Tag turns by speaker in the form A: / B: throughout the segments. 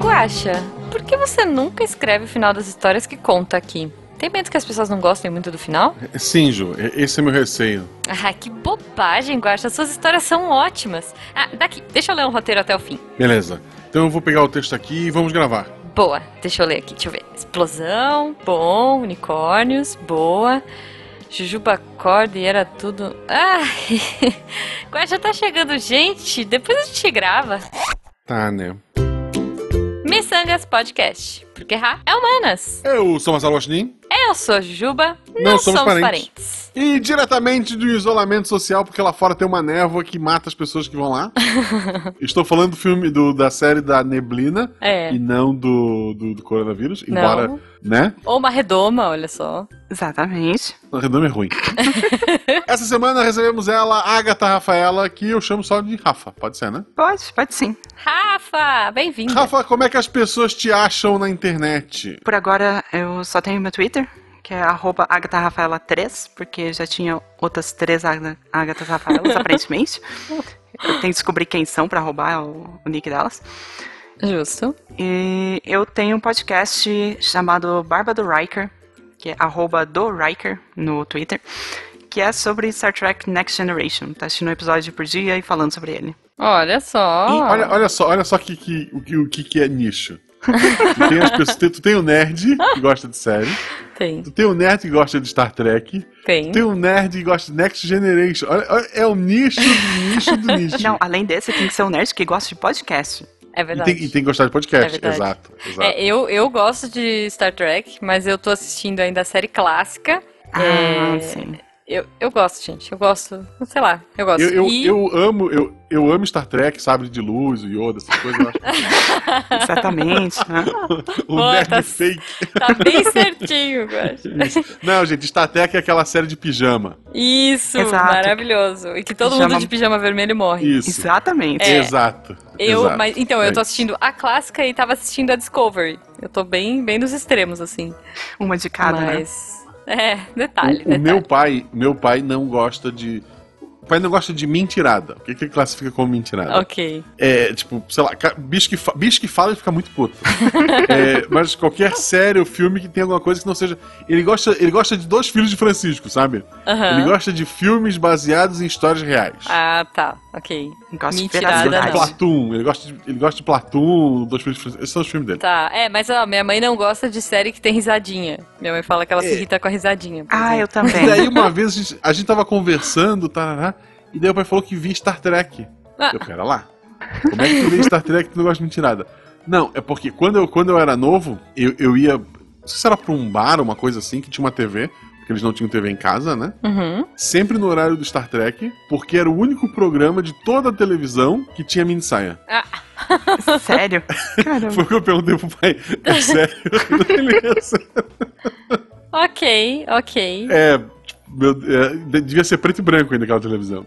A: Guaxa, por que você nunca escreve o final das histórias que conta aqui? Tem medo que as pessoas não gostem muito do final?
B: Sim, Ju, esse é meu receio.
A: Ah, que bobagem, Guaxa. Suas histórias são ótimas. Ah, daqui, deixa eu ler um roteiro até o fim.
B: Beleza. Então eu vou pegar o texto aqui e vamos gravar.
A: Boa, deixa eu ler aqui, deixa eu ver. Explosão, bom, unicórnios, boa. Jujuba acorda e era tudo. Ai! Guaxa tá chegando, gente! Depois a gente grava.
B: Tá, né?
A: Missangas Podcast. Porque errar é humanas.
B: Eu sou Marcelo Guaxinim
A: Eu sou a Jujuba, não,
B: Não
A: somos,
B: somos
A: parentes.
B: parentes. e diretamente do isolamento social, porque lá fora tem uma névoa que mata as pessoas que vão lá. Estou falando do filme do- da série da neblina
A: É.
B: e não do, do, do coronavírus,
A: Não.
B: embora, né?
A: Ou uma redoma, olha só.
C: Exatamente.
B: O renome é ruim. Essa semana recebemos ela, Agatha Rafaela, que eu chamo só de Rafa, pode ser, né?
C: Pode, pode sim.
A: Rafa, bem-vinda.
B: Rafa, como é que as pessoas te acham na internet?
C: Por agora eu só tenho meu Twitter, que é arroba AgathaRafaela3, porque já tinha outras três Aga- Agatas Rafaelas, aparentemente. Eu tenho que descobrir quem são pra roubar o, o nick delas.
A: Justo.
C: E eu tenho um podcast chamado Barba do Riker, que é arroba do Riker no Twitter, que é sobre Star Trek Next Generation. Tá assistindo um episódio por dia e falando sobre ele.
A: Olha só.
B: E olha, olha só, olha só que, que- o, que, o que que é nicho. Tu tem, as pessoas- tu- tu tem o nerd que gosta de série,
A: Tem,
B: tu tem o nerd que gosta de Star Trek,
A: tem.
B: tu tem o nerd que gosta de Next Generation. Olha- olha, é o nicho do nicho do nicho.
C: Não, além desse, tem que ser um nerd que gosta de podcast.
A: É
B: e,
A: verdade.
B: um tem, e tem um que gostar de podcast,
A: É verdade.
B: exato. exato.
A: É, eu, eu gosto de Star Trek, mas eu tô assistindo ainda a série clássica.
C: Ah,
A: É,
C: sim.
A: Eu, eu gosto, gente. Eu gosto. Sei lá, eu gosto.
B: Eu, eu,
A: e...
B: eu amo, eu, eu amo Star Trek, Sabre de Luz, o Yoda, essas coisas. Eu acho
C: Exatamente, né?
B: o
A: Pô,
B: nerd
A: tá-
B: fake.
A: Tá bem certinho, eu acho.
B: Não, gente, Star Trek é aquela série de pijama.
A: Isso,
C: Exato.
A: maravilhoso. E que todo
C: Pijama-
A: mundo de pijama vermelho morre.
B: Isso.
C: Exatamente.
A: É.
B: Exato.
A: Eu,
B: exato.
A: mas então, eu tô
B: É
A: assistindo a clássica e tava assistindo a Discovery. Eu tô bem, bem nos extremos assim.
C: Uma de cada, né?
A: mas é, detalhe,
B: O, o
A: detalhe.
B: meu pai, meu pai não gosta de. O pai não gosta de mentirada. O que, que ele classifica como mentirada?
A: OK.
B: É, tipo, sei lá, ca- bicho que, fa- bicho que fala ele fica muito puto. É, mas qualquer série ou filme que tenha alguma coisa que não seja. Ele gosta, ele gosta de dois filhos de Francisco, sabe?
A: Aham.
B: Ele gosta de filmes baseados em histórias reais.
A: Ah, tá. OK.
C: Gosto Um de
A: Mentirada,
B: ele gosta de
A: não.
C: veracidade.
B: Platoon, ele gosta de, ele gosta de Platoon, dois filhos de Francisco. Esses são os filmes dele.
A: Tá. É, mas ó, minha mãe não gosta de série que tem risadinha. Minha mãe fala que ela se
B: É.
A: irrita com a risadinha. por
C: Ah, eu
A: exemplo.
B: E
C: também.
B: daí uma vez a gente, a gente tava conversando, tarará, e daí o pai falou que via Star Trek.
A: Ah.
B: Eu, pera lá. Como é que tu vê Star Trek e tu não gosta de mentirada? Não, é porque quando eu, quando eu era novo, eu, eu ia. Não sei se era pra um bar, uma coisa assim, que tinha uma TV, porque eles não tinham TV em casa, né?
A: Uhum.
B: Sempre no horário do Star Trek, porque era o único programa de toda a televisão que tinha minissaia.
C: Sério? Caramba.
B: Foi o que eu perguntei pro pai. É sério? Beleza.
A: OK, OK.
B: É, tipo, meu, é, de- devia ser preto e branco ainda aquela televisão.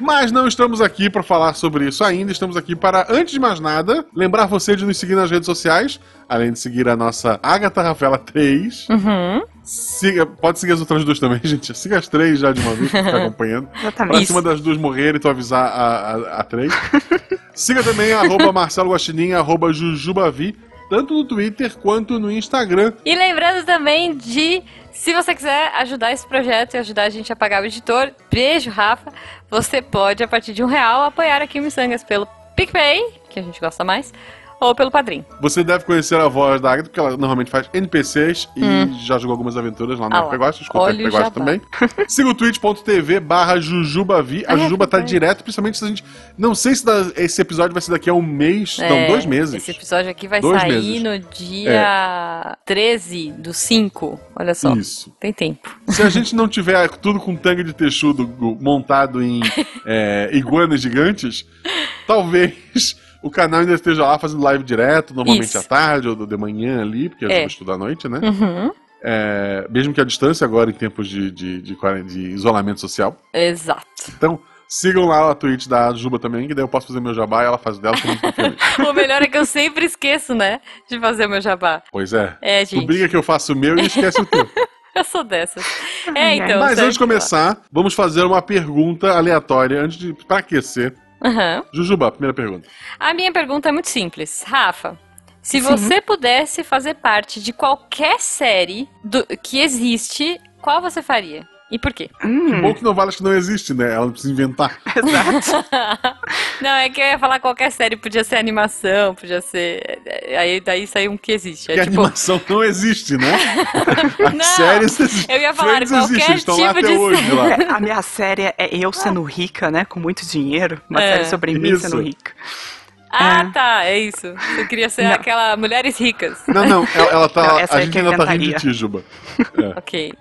B: Mas não estamos aqui para falar sobre isso ainda, estamos aqui para, antes de mais nada, lembrar você de nos seguir nas redes sociais, além de seguir a nossa Agatha Rafaela 3.
A: Uhum.
B: Siga, pode seguir as outras duas também, gente. Siga as três já de uma vez, pra ficar acompanhando. Pra
C: Exatamente.
B: cima das duas morrerem, tu avisar a, a, a três. Siga também arroba Marcelo Guaxinim, arroba Jujubavi, tanto no Twitter quanto no Instagram.
A: E lembrando também de, se você quiser ajudar esse projeto e ajudar a gente a pagar o editor, beijo, Rafa. Você pode, a partir de um real, apoiar aqui o Missangas pelo PicPay, que a gente gosta mais, ou pelo Padrim.
B: Você deve conhecer a voz da Agatha, porque ela normalmente faz NPCs e já jogou algumas aventuras lá
A: Hum. Ah
B: na
A: lá.
B: Época Gosta, escuta a
A: Olha o
B: Época Gosta
A: jabá.
B: também. Siga o twitch.tv barra Jujubavi.
A: Ah,
B: A
A: é
B: Jujuba tá
A: verdade.
B: direto, principalmente se a gente... Não sei se dá- esse episódio vai ser daqui a um mês, não,
A: É,
B: dois meses.
A: Esse episódio aqui vai
B: Dois
A: sair
B: meses. É.
A: no dia 13 do 5. Olha só,
B: Isso.
A: tem tempo.
B: Se a gente não tiver tudo com tanga de texudo montado em é, iguanas gigantes, talvez o canal ainda esteja lá fazendo live direto, normalmente
A: Isso.
B: à tarde ou de manhã ali, porque ajuda
A: É.
B: a estudar à noite, né?
A: Uhum,
B: É, mesmo que a distância agora em tempos de, de, de quaren- de isolamento social.
A: exato.
B: Então, sigam lá a tweet da Juba também, que daí eu posso fazer meu jabá e ela faz o dela. todo mundo fica feliz.
A: o melhor é que eu sempre esqueço, né, de fazer o meu jabá.
B: pois é.
A: É,
B: Tu
A: gente,
B: briga que eu faço o meu e esquece o teu.
A: eu sou dessas.
C: Ai,
A: É, então.
B: Mas
A: sabe
B: antes de
A: que eu-
B: começar, vamos fazer uma pergunta aleatória, antes de pra aquecer
A: Aham.
B: Jujuba, primeira pergunta.
A: A minha pergunta é muito simples. Rafa, se você pudesse fazer parte de qualquer série do- que existe, qual você faria? E por quê?
B: Que bom que novela que não existe, né? Ela não precisa inventar.
C: Hum,
A: É
C: Exato.
A: Não, é que eu ia falar qualquer série, podia ser animação, podia ser. Aí daí saiu um que existe.
B: Porque
A: É
B: a
A: tipo.
B: animação não existe, né? As
A: Não,
B: séries existem.
A: eu ia falar
B: Friends
A: qualquer
B: existem, estão lá
A: tipo
B: até
A: de
B: hoje.
A: série.
B: Lá.
C: É, a minha série é eu sendo rica, né? Com muito dinheiro. Uma
A: É.
C: série sobre mim
B: Isso.
C: sendo rica.
A: Ah, tá, é isso. Eu queria ser
C: Não.
A: aquela Mulheres Ricas.
B: Não, não, ela, ela tá.
C: Não, essa
B: a
C: é
B: gente
C: que eu
B: ainda tá rindo de
C: inventaria.
B: ti, Juba.
A: Ok.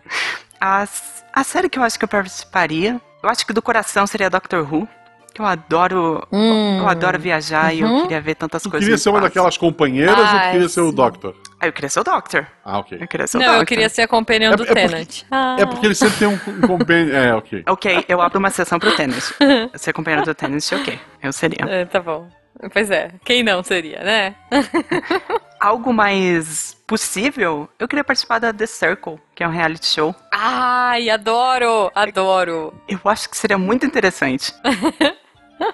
C: A, s- a série que eu acho que eu participaria, eu acho que do coração seria Doctor Who. Que eu adoro.
A: Hum.
C: Eu adoro viajar e
A: Uhum.
C: eu queria ver tantas
B: Tu
C: coisas.
B: queria
C: no
B: ser uma
C: espaço.
B: daquelas companheiras ou tu
A: Ah,
B: queria ser o Doctor?
C: Ah, eu queria ser o Doctor.
B: Ah, ok.
C: Eu queria ser o
A: Não,
C: Doctor.
A: eu queria ser a companion
B: É-
A: do
B: é porque-
A: Tenant. Ah.
B: É porque ele sempre tem um, um compêndio. É, ok.
C: Ok, eu abro uma sessão pro tênis. Ser companheiro do tênis, ok. Eu seria.
A: É, tá bom. Pois é, quem não seria, né?
C: Algo mais possível, eu queria participar da The Circle, que é um reality show.
A: Ai, adoro, adoro.
C: Eu acho que seria muito interessante.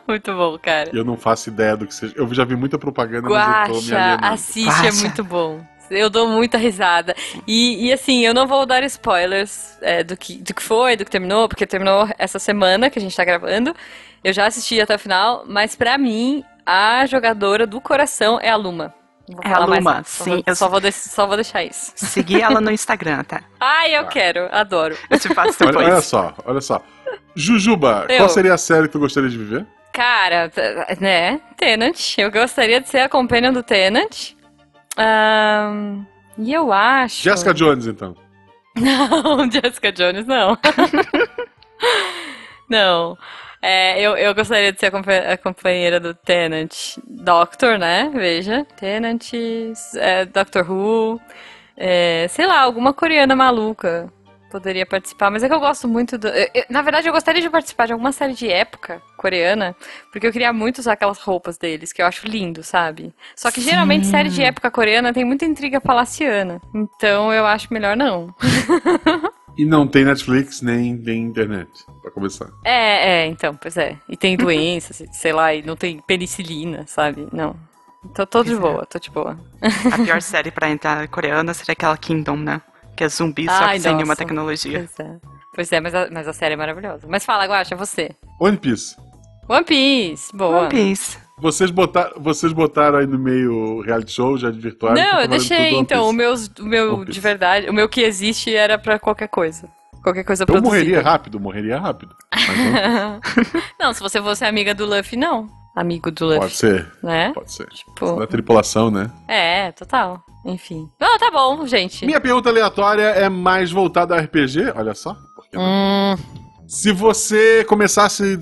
A: Muito bom, cara.
B: Eu não faço ideia do que seja. Eu já vi muita propaganda, mas eu tô me
A: Guacha,
B: alienando.
A: assiste, é
C: Guaxa.
A: muito bom. Eu dou muita risada. E, e, assim, eu não vou dar spoilers é, do, que, do que foi, do que terminou, porque terminou essa semana que a gente tá gravando. Eu já assisti até o final, mas pra mim, a jogadora do coração é a Luma. Não vou
C: É a
A: falar mais
C: Luma,
A: nada, só
C: sim,
A: Vou, só,
C: eu sou-
A: vou deix- só vou deixar isso.
C: Segui ela no Instagram, tá?
A: Ai, eu
B: Tá.
A: quero, adoro.
C: Eu te passo
B: Olha,
C: depois.
B: olha só, olha só. Jujuba,
A: Eu.
B: qual seria a série que tu gostaria de viver?
A: Cara, t- né? Tenant. Eu gostaria de ser a companion do Tenant. Ahn, e eu acho.
B: Jessica Jones, então.
A: Não, Jessica Jones, não. não. É, eu, eu gostaria de ser a, compa- a companheira do Tenant. Doctor, né? Veja. Tenant, é, Doctor Who. é, sei lá, alguma coreana maluca poderia participar. Mas é que eu gosto muito do. eu- eu- na verdade, eu gostaria de participar de alguma série de época coreana, porque eu queria muito usar aquelas roupas deles, que eu acho lindo, sabe? Só que geralmente série de época coreana tem muita intriga palaciana. Então eu acho melhor não.
B: E não tem Netflix nem, nem internet, pra começar.
A: É, é, então, pois é. E tem doença, se- sei lá, e não tem penicilina, sabe? Não. Tô, tô de
C: Pois é.
A: boa, tô de boa.
C: A pior série pra entrar coreana seria aquela Kingdom, né? Que é zumbi, só
A: Ai,
C: que sem nenhuma
A: nossa.
C: tecnologia.
A: Pois é. Pois é, mas a, mas a série é maravilhosa. Mas fala, Guaxa, você.
B: One Piece.
A: One Piece, boa.
C: One Piece.
B: Vocês botaram, vocês botaram aí no meio o reality show, já de virtual. tá
A: Não, eu deixei, então, o, meus, o meu
B: One Piece.
A: de verdade, o meu que existe era pra qualquer coisa. Qualquer coisa
B: Eu
A: produzida.
B: morreria rápido, morreria rápido. Mas
A: não, se você fosse amiga do Luffy, não. Amigo do
B: não,
A: Luffy,
B: pode ser,
A: né?
B: pode ser.
A: Tipo,
B: Da tripulação, né?
A: é, total. Enfim. Não, tá bom, gente.
B: Minha pergunta aleatória é mais voltada a RPG, olha só. Por que não?
A: Hum,
B: Se você começasse.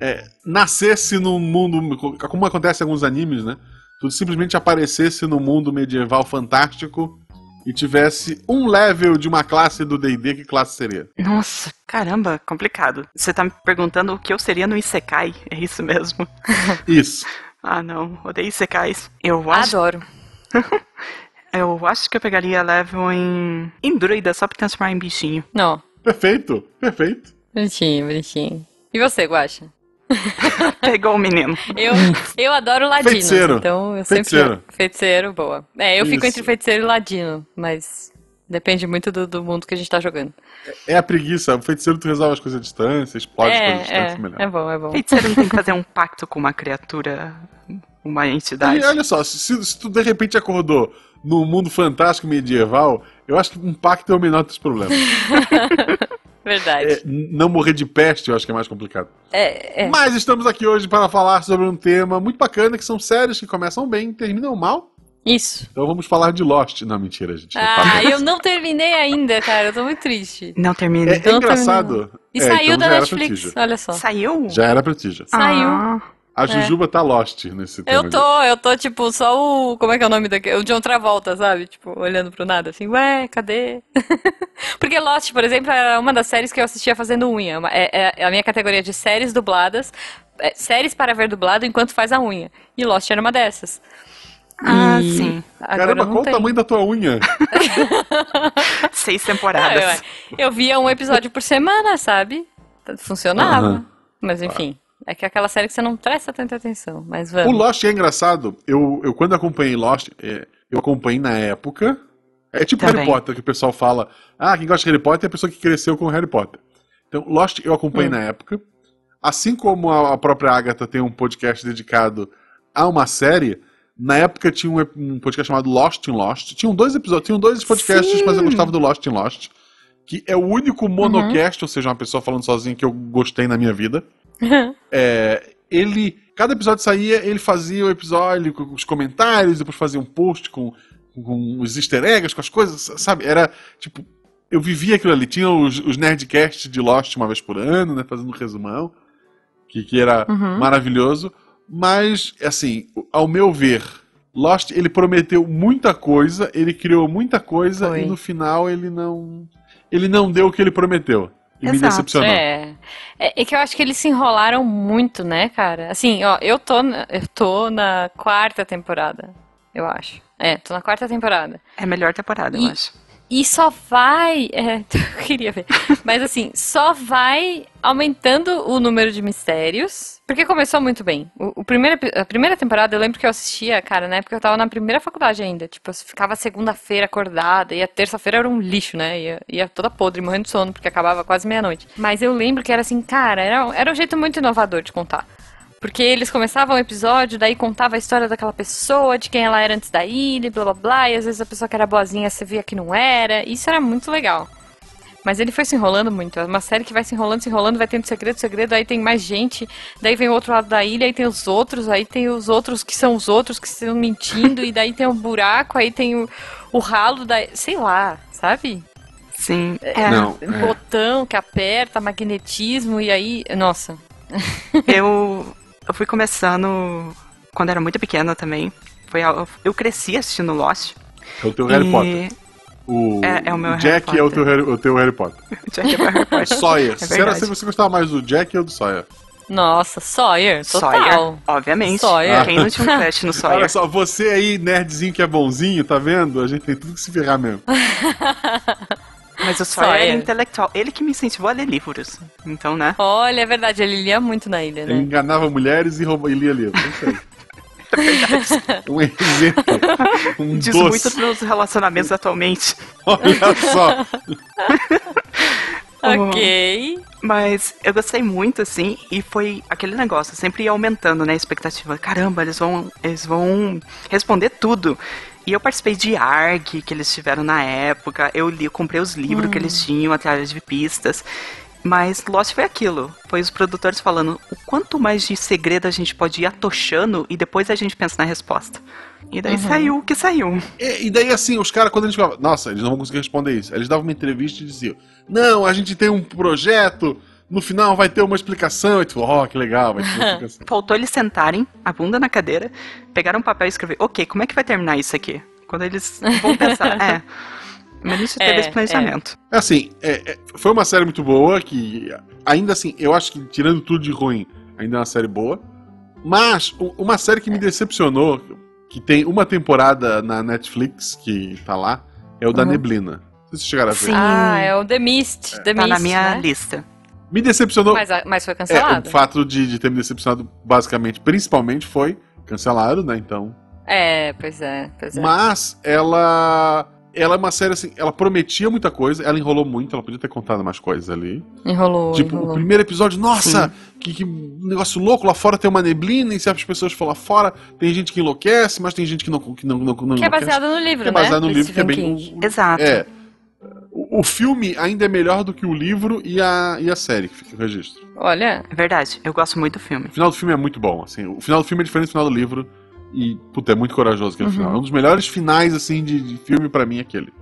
B: é, nascesse num mundo. Como acontece em alguns animes, né? Tu simplesmente aparecesse num mundo medieval fantástico e tivesse um level de uma classe do DD, que classe seria?
C: Nossa, caramba, complicado. Você tá me perguntando o que eu seria no Isekai? É isso mesmo?
B: Isso.
C: Ah, não, odeio Isekais. Eu acho,
A: adoro.
C: eu acho que eu pegaria level em. em druida, só pra transformar em bichinho.
A: Não.
B: Perfeito, perfeito.
A: Bonitinho, bonitinho. E você, Guaxa?
C: Pegou o menino.
A: Eu, eu adoro ladinos,
B: Feiticeiro.
A: então eu sempre...
B: Feiticeiro.
A: Feiticeiro, boa. É, eu fico
B: Isso.
A: entre feiticeiro e ladino, mas depende muito do, do mundo que a gente tá jogando.
B: É a preguiça. O feiticeiro tu resolve as coisas à distância, explode as
A: é,
B: coisas à
A: é,
B: distância, melhor.
A: é bom, é bom.
C: Feiticeiro não tem que fazer um pacto com uma criatura, uma entidade.
B: E olha só, se, se tu de repente acordou num mundo fantástico medieval, eu acho que um pacto é o menor dos problemas. É,
A: Verdade.
B: n- não morrer de peste eu acho que é mais complicado.
A: É, é.
B: Mas estamos aqui hoje para falar sobre um tema muito bacana, que são séries que começam bem e terminam mal.
A: Isso.
B: Então vamos falar de Lost. Não, mentira, gente. Tá É, não
A: Ah,
B: fala.
A: eu não terminei ainda, cara, eu tô muito triste.
C: Não termina.
B: é, é
A: não
B: engraçado.
A: então E
B: É,
A: saiu
B: então
A: da
B: já era
A: Netflix,
B: prestígio.
A: olha só.
C: Saiu?
B: Já era prestígio.
A: Saiu.
C: Ah,
B: A Jujuba tá Lost nesse
A: É.
B: tema.
A: Eu tô, eu tô tipo só o. Como é que é o nome daquele? O John Travolta, sabe? Tipo, olhando pro nada, assim, ué, cadê? Porque Lost, por exemplo, era uma das séries que eu assistia fazendo unha. Uma- É, é a minha categoria de séries dubladas, é, séries para ver dublado enquanto faz a unha. E Lost era uma dessas.
C: ah,
A: E
C: sim.
A: Agora
B: Caramba,
A: não
B: qual o
A: tem.
B: tamanho da tua unha?
C: Seis
A: Ah,
C: temporadas.
A: eu, eu via um episódio por semana, sabe? Funcionava.
B: Aham.
A: Mas enfim, É que é aquela série que você não presta tanta atenção, mas
B: O
A: vamos.
B: Lost é engraçado. Eu, eu quando acompanhei Lost, é, eu acompanhei na época. É tipo
C: Também.
B: Harry Potter, que o pessoal fala. Ah, quem gosta de Harry Potter é a pessoa que cresceu com Harry Potter. Então, Lost eu
A: Hum.
B: acompanhei na época. Assim como a, a própria Agatha tem um podcast dedicado a uma série, na época tinha um, ep- um podcast chamado Lost in Lost. Tinham dois episódios, tinham dois podcasts,
A: Sim. Uhum.
B: mas eu gostava do Lost in Lost. Que é o único monocast, ou seja, uma pessoa falando sozinha que eu gostei na minha vida. É, ele. Cada episódio saía, ele fazia o episódio com os comentários, depois fazia um post com, com os easter eggs, com as coisas, sabe? Era tipo. Eu vivia aquilo ali. Tinha os, os Nerdcasts de Lost uma vez por ano, né? Fazendo um resumão, que, que era
A: Uhum.
B: maravilhoso. Mas, assim, ao meu ver, Lost ele prometeu muita coisa, ele criou muita coisa
A: Foi.
B: e no final ele não. Ele não deu o que ele prometeu. E me
C: Exato,
B: decepcionou.
A: É. é. É que eu acho que eles se enrolaram muito, né, cara? Assim, ó, eu tô na, eu tô na quarta temporada, eu acho. É, tô na quarta temporada.
C: É a melhor temporada, eu
A: E-
C: acho.
A: E só vai. É, eu queria ver. Mas assim, só vai aumentando o número de mistérios. Porque começou muito bem. O, o primeiro, epi- a primeira temporada eu lembro que eu assistia, cara, na época eu tava na primeira faculdade ainda. Tipo, eu ficava segunda-feira acordada e a terça-feira era um lixo, né? Ia, ia toda podre, morrendo de sono, porque acabava quase meia-noite. Mas eu lembro que era assim, cara, era, um- era um jeito muito inovador de contar. Porque eles começavam o episódio, daí contava a história daquela pessoa, de quem ela era antes da ilha, e blá blá blá, e às vezes a pessoa que era boazinha você via que não era. Isso era muito legal. Mas ele foi se enrolando muito. É uma série que vai se enrolando, se enrolando, vai tendo segredo, segredo, aí tem mais gente, daí vem o outro lado da ilha, aí tem os outros, aí tem os outros que são os outros que estão mentindo, e daí tem o buraco, aí tem o, o ralo da. sei lá, sabe? Um
C: Sim. É,
B: Não, é.
A: Botão que aperta, magnetismo, e aí. Nossa.
C: Eu, eu fui começando quando era muito pequena também. Foi, a- eu cresci assistindo Lost.
B: É o teu Harry
C: e-
B: Potter. O,
C: É- é o meu Harry
B: Jack
C: Potter.
B: é o teu, Harry- o teu Harry Potter.
C: Jack é o Harry
B: O
C: Potter.
B: Sawyer.
C: verdade.
B: Sinceramente, você assim gostava mais do Jack ou do Sawyer?
A: Nossa, Sawyer, total.
C: Sawyer, obviamente.
A: Sawyer.
C: Quem não tinha um crush no Sawyer?
B: Olha só, você aí, nerdzinho que é bonzinho, tá vendo? A gente tem tudo que se ferrar mesmo.
C: É Mas o Sawyer,
A: Sawyer.
C: era intelectual. Ele que me incentivou a ler livros. Então, né?
A: Olha, é verdade, ele lia muito na ilha,
B: Ele
A: né?
B: enganava mulheres e, rouba, e lia livro. Não sei. um exemplo. Um
C: É Diz
B: doce.
C: muito dos meus relacionamentos atualmente.
B: Olha só. Uhum.
A: Ok.
C: Mas eu gostei muito, assim, e foi aquele negócio, sempre ia aumentando, né, a expectativa. Caramba, eles vão, eles vão responder tudo. E eu participei de ARG que eles tiveram na época, eu li, eu comprei os livros que eles tinham atrás de pistas. Mas Lost foi aquilo. Foi os produtores falando o quanto mais de segredo a gente pode ir atochando e depois a gente pensa na resposta. E daí saiu o que saiu.
B: E, e daí, assim, os caras, quando eles falavam, nossa, eles não vão conseguir responder isso. Eles davam uma entrevista e diziam, não, a gente tem um projeto, no final vai ter uma explicação. E tu, ó, que legal, vai ter uma explicação.
C: Faltou eles sentarem a bunda na cadeira, pegaram um papel e escrever, ok, como é que vai terminar isso aqui? Quando eles vão pensar, é. Mas a gente teve
A: É,
C: esse planejamento.
B: Assim, é, é, foi uma série muito boa, que ainda assim, eu acho que tirando tudo de ruim, ainda é uma série boa. Mas u- uma série que me decepcionou, que tem uma temporada na Netflix que tá lá, é o da
C: Uhum.
B: Neblina. Não sei se vocês chegaram a ver.
C: Sim.
A: Ah, é o The Mist. The
C: Tá
A: Mist,
C: na minha
A: né?
C: lista.
B: Me decepcionou.
A: Mas, a- mas foi
B: é, o
A: cancelado.
B: fato de, de ter me decepcionado basicamente, principalmente, foi cancelado, né? Então.
A: É, pois é, pois é.
B: Mas ela. Ela é uma série assim, ela prometia muita coisa, ela enrolou muito, ela podia ter contado mais coisas ali.
A: Enrolou,
B: Tipo, o
A: enrolou.
B: primeiro episódio, nossa, que, que negócio louco, lá fora tem uma neblina, e se as pessoas for lá fora, tem gente que enlouquece, mas tem gente que não, que não, não, não
A: Que é
B: enlouquece.
A: baseado no livro,
B: Hum, Que é
A: né?
B: baseado no
A: Do
B: livro, que é
A: Stephen
B: bem...
A: King.
B: o- o-
C: Exato.
B: É. O, o filme ainda é melhor do que o livro e a, e a série, que fica o registro.
A: Olha,
C: É Verdade, eu gosto muito do filme.
B: O final do filme é muito bom, assim. O final do filme é diferente do final do livro. E, puta, é muito corajoso
A: Uhum.
B: aquele final. É um dos melhores finais, assim, de, de filme pra mim, aquele.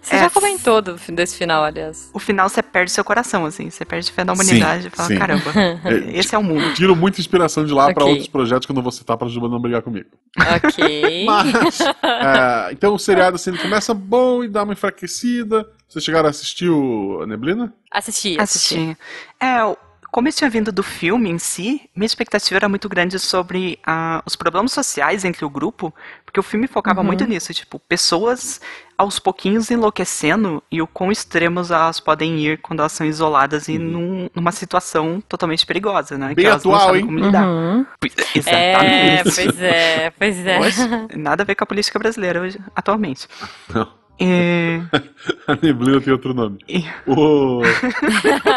A: você
C: É.
A: já comentou do, desse final, aliás.
C: O final você perde seu coração, assim, você perde fé na humanidade e fala,
B: sim.
C: caramba,
B: É,
C: esse é o mundo.
B: Tiro muita inspiração de lá pra
A: Ok.
B: outros projetos que eu não vou citar pra Juba não brigar comigo.
A: Ok.
B: Mas, é, então o seriado assim, ele começa bom e dá uma enfraquecida. Vocês chegaram a assistir o a Neblina?
A: Assisti, assisti.
C: Assisti. É, eu- como eu tinha vindo do filme em si, minha expectativa era muito grande sobre ah, os problemas sociais entre o grupo, porque o filme focava muito nisso, tipo, pessoas aos pouquinhos enlouquecendo e o quão extremos elas podem ir quando elas são isoladas e num- numa situação totalmente perigosa, né?
B: Bem
C: que elas
B: atual,
C: não sabem
B: hein?
C: como lidar. Pois é,
A: Uhum.
B: tá
A: É,
C: Exatamente.
A: pois é, pois é.
C: Poxa, nada a ver com a política brasileira hoje, atualmente. É,
B: Não.
C: E-
B: A neblina tem outro nome.
C: e-
A: É.
B: O...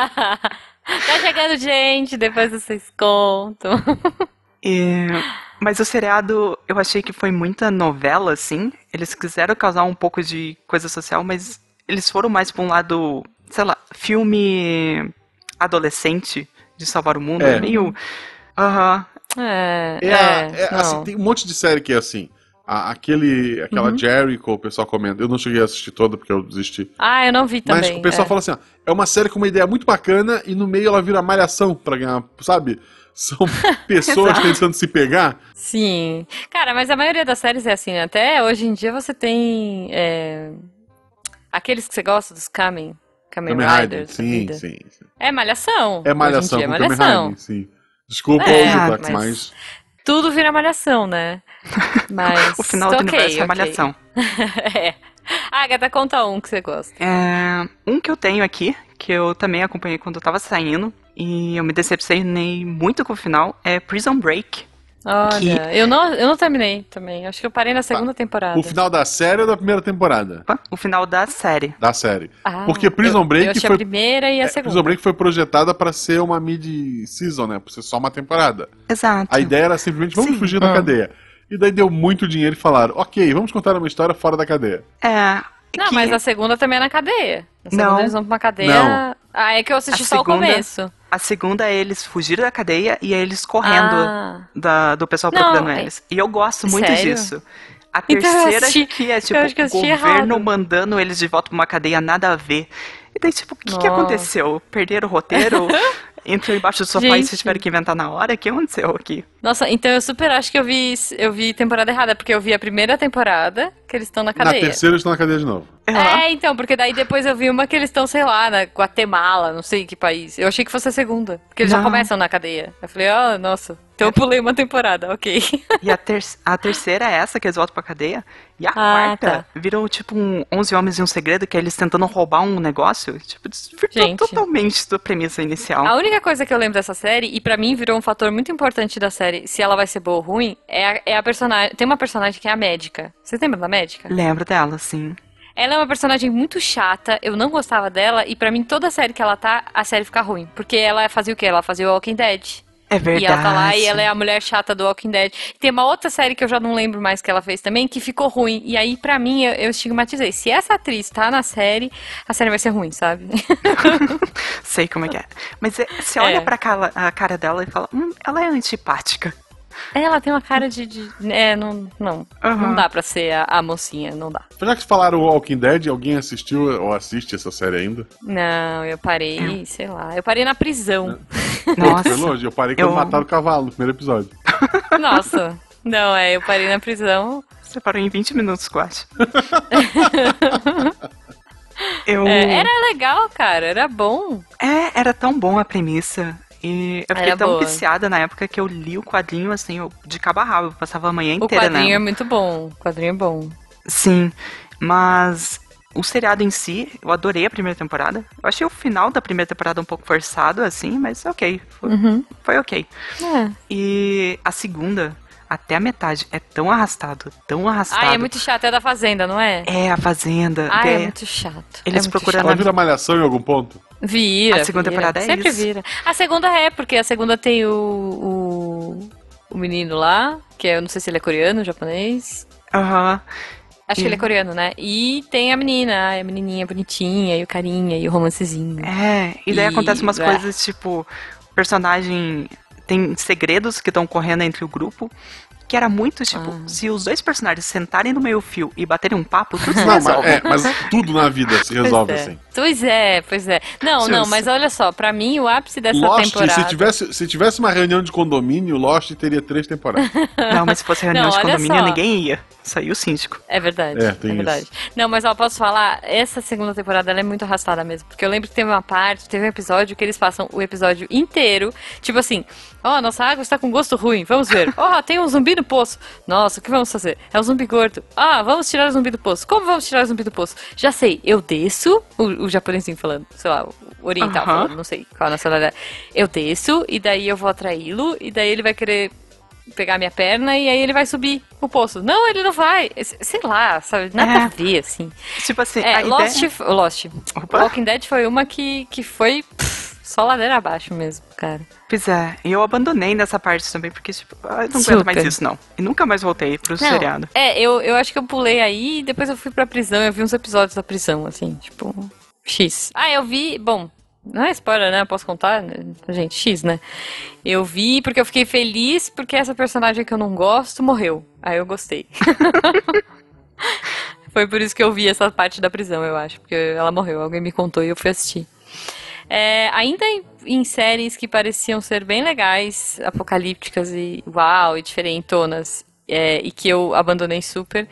A: tá chegando gente, depois vocês contam.
C: E- É, Mas o seriado, eu achei que foi muita novela, assim. Eles quiseram causar um pouco de coisa social, mas eles foram mais pra um lado, sei lá, filme adolescente de salvar o mundo.
B: É.
C: Meio. Aham.
A: É,
B: É, a-
A: é,
B: é, assim,
A: não. Uhum.
B: tem um monte de série que é assim. A- aquele, aquela Jericho, o pessoal comenta. Eu não cheguei a assistir toda porque eu desisti.
A: Ah, eu não vi
B: Mas
A: também.
B: o pessoal fala assim, ó, é uma série com uma ideia muito bacana e no meio ela vira malhação pra ganhar, sabe? São pessoas
A: Exato.
B: tentando se pegar.
A: Sim. Cara, mas a maioria das séries é assim, né? Até hoje em dia você tem é, aqueles que você gosta dos Kamen, Kamen
B: Kamen Rider,
A: Riders. da
B: sim,
A: vida.
B: sim, sim.
A: É malhação.
B: É malhação
A: Hoje em
B: com
A: dia é
B: Kamen
A: malhação.
B: Rider, sim. Desculpa
A: É,
B: o Jutax,
A: mas-
B: mas...
A: Tudo vira malhação, né? Mas.
C: O final do
A: ok,
C: universo é
A: ok.
C: malhação.
A: é. Agatha, conta um que você gosta.
C: É, um que eu tenho aqui, que eu também acompanhei quando eu tava saindo, e eu me decepcionei muito com o final, é Prison Break.
A: Olha, eu, não, eu não terminei também. Acho que eu parei na segunda temporada.
B: Tá. O final da série ou da primeira temporada?
C: Opa, O final da série.
B: Da série.
A: Ah,
B: Porque Prison
A: eu-
B: Break
A: eu achei
B: foi-
A: a primeira e a
B: É,
A: segunda.
B: Prison Break foi projetada pra ser uma mid-season, né? Pra ser só uma temporada.
C: Exato.
B: A ideia era simplesmente, vamos
C: Sim.
B: fugir da
A: Ah.
B: cadeia. E daí deu muito dinheiro e falaram, ok, vamos contar uma história fora da cadeia.
C: É.
A: Não,
C: que-
A: mas a segunda também é na cadeia. Na segunda
C: Não.
A: eles vão pra uma cadeia.
B: Não.
A: Ah, é que eu assisti
C: A
A: só o
C: segunda-
A: começo.
C: A segunda é eles fugirem da cadeia e é eles correndo
A: Ah,
C: da- do pessoal
A: Não,
C: procurando
A: é-
C: eles. E eu gosto muito
A: Sério?
C: disso. A
A: Então eu
C: terceira
A: assisti-
C: que é tipo
A: acho que eu
C: o
A: assisti
C: governo
A: errado.
C: mandando eles de volta pra uma cadeia nada a ver. E daí, tipo, o que, que
A: Nossa.
C: aconteceu? Perderam o roteiro? Entrou embaixo do sofá e
A: Gente.
C: vocês tiveram que inventar na hora? O que aconteceu aqui?
A: nossa, então eu super acho que eu vi, eu vi temporada errada, porque eu vi a primeira temporada que eles estão na
B: Na
A: cadeia.
B: terceira eles estão na cadeia de novo.
C: Ah,
A: É, então, porque daí depois eu vi uma que eles estão, sei lá, na Guatemala, não sei que país. Eu achei que fosse a segunda, porque eles já
C: Não.
A: começam na cadeia. Eu falei, ó, nossa, então eu pulei uma temporada, ok.
C: E a, ter- a terceira é essa que eles voltam pra cadeia. E a
A: Ah,
C: quarta virou tipo um 11 homens e um segredo, que é eles tentando roubar um negócio. Tipo, desvirtuou
A: Gente.
C: totalmente da premissa inicial.
A: A única coisa que eu lembro dessa série, e pra mim virou um fator muito importante da série, se ela vai ser boa ou ruim, é a, é a personagem. Tem uma personagem que é a médica. Vocês lembram da médica?
C: Lembro dela, sim.
A: Ela é uma personagem muito chata, eu não gostava dela, e pra mim toda série que ela tá, a série fica ruim. Porque ela fazia o quê? Ela fazia o Walking Dead.
C: É verdade.
A: E ela tá lá e ela é a mulher chata do Walking Dead. Tem uma outra série que eu já não lembro mais que ela fez também, que ficou ruim. E aí, pra mim, eu, eu estigmatizei. Se essa atriz tá na série, a série vai ser ruim, sabe?
C: Sei como é que é. Mas é- você olha
A: É.
C: pra cala- a cara dela e fala, hum, ela é antipática.
A: Ela tem uma cara de. de- é, não. Não,
C: Aham.
A: não dá pra ser a, a mocinha, não dá.
B: Já que falaram o Walking Dead, alguém assistiu ou assiste essa série ainda?
A: Não, eu parei, sei lá. Eu parei na prisão.
C: Nossa.
B: Foi longe, eu parei quando
C: Eu-
B: mataram o cavalo no primeiro episódio.
A: Nossa. Não, é, eu parei na prisão.
C: Você parou em 20 minutos, quase. Eu...
A: É, era legal, cara, era bom.
C: É, era tão bom a premissa. E eu fiquei
A: Era
C: tão
A: boa.
C: viciada na época que eu li o quadrinho, assim, eu- de cabo a rabo. Eu passava a manhã
A: O
C: inteira, né?
A: quadrinho é muito bom. O quadrinho é bom.
C: Sim, mas o seriado em si, eu adorei a primeira temporada. Eu achei o final da primeira temporada um pouco forçado, assim, mas ok. Foi,
A: Uhum.
C: foi ok.
A: É.
C: E a segunda, até a metade, é tão arrastado, tão arrastado.
A: Ah, é muito chato, é da Fazenda, não é?
C: É, a Fazenda.
A: Ah,
C: né?
A: é muito chato. é
C: Eles
A: muito
C: procuram-
B: Ela vira malhação em algum ponto?
A: chato. Vira.
C: A segunda
A: vira.
C: temporada é
A: Sempre
C: isso.
A: vira. A segunda é, porque a segunda tem o, o, o menino lá, que é- eu não sei se ele é coreano, japonês.
C: Aham.
A: Acho que
C: Hum.
A: ele é coreano, né? E tem a menina, ai, a menininha bonitinha, e o carinha, e o romancezinho.
C: É, e daí
A: E-
C: acontecem umas
A: é.
C: coisas tipo: o personagem tem segredos que estão correndo entre o grupo. que era muito tipo,
A: Ah.
C: se os dois personagens sentarem no meio fio e baterem um papo, tudo se
B: Não, mas,
C: resolve.
B: é, mas tudo na vida se resolve
A: Pois é.
B: assim.
A: Pois é, pois é. Não,
B: Sim,
A: não,
B: sim.
A: mas olha só, pra mim o ápice dessa
B: Lost, se
A: temporada.
B: tivesse, se tivesse uma reunião de condomínio, Lost teria três temporadas.
C: Não, mas se fosse reunião
A: Não,
C: de
A: olha
C: condomínio,
A: só.
C: ninguém ia. Saiu o síndico.
A: É verdade.
B: É,
A: É,
B: tem
A: verdade. Não, mas ó, posso falar, essa segunda temporada ela é muito arrastada mesmo. Porque eu lembro que teve uma parte, teve um episódio que eles passam o episódio inteiro, tipo assim, ó, nossa água está com gosto ruim, vamos ver. Ó, tem um zumbi no poço. Nossa, o que vamos fazer? É um zumbi gordo. Ah, vamos tirar o zumbi do poço. Como vamos tirar o zumbi do poço? Já sei, eu desço, o, o japonesinho falando, sei lá, o oriental
C: Aham.
A: falando, não sei qual a nacionalidade. Eu desço, e daí eu vou atraí-lo, e daí ele vai querer pegar minha perna e aí ele vai subir o poço. Não, ele não vai. S- Sei lá, sabe? Nada
C: É.
A: a ver, assim.
C: Tipo assim,
A: É,
C: a
A: Lost,
C: ideia...
A: f- Lost.
C: Opa.
A: Walking Dead foi uma que, que foi pff, só ladeira abaixo mesmo, cara.
C: Pois é, e eu abandonei nessa parte também, porque tipo, ah, eu não aguento
A: Super.
C: mais isso, não. E nunca mais voltei pro
A: Não,
C: seriado.
A: É, eu, eu acho que eu pulei aí e depois eu fui pra prisão. Eu vi uns episódios da prisão, assim, tipo, X. Ah, eu vi, bom, não é spoiler, né? Eu Posso contar? né? Gente, X, né? Eu vi porque eu fiquei feliz porque essa personagem que eu não gosto morreu. Aí eu gostei. Foi por isso que eu vi essa parte da prisão, eu acho. Porque ela morreu, alguém me contou e eu fui assistir. É, ainda em, em séries que pareciam ser bem legais, apocalípticas e uau, e diferentonas, é, e que eu abandonei super,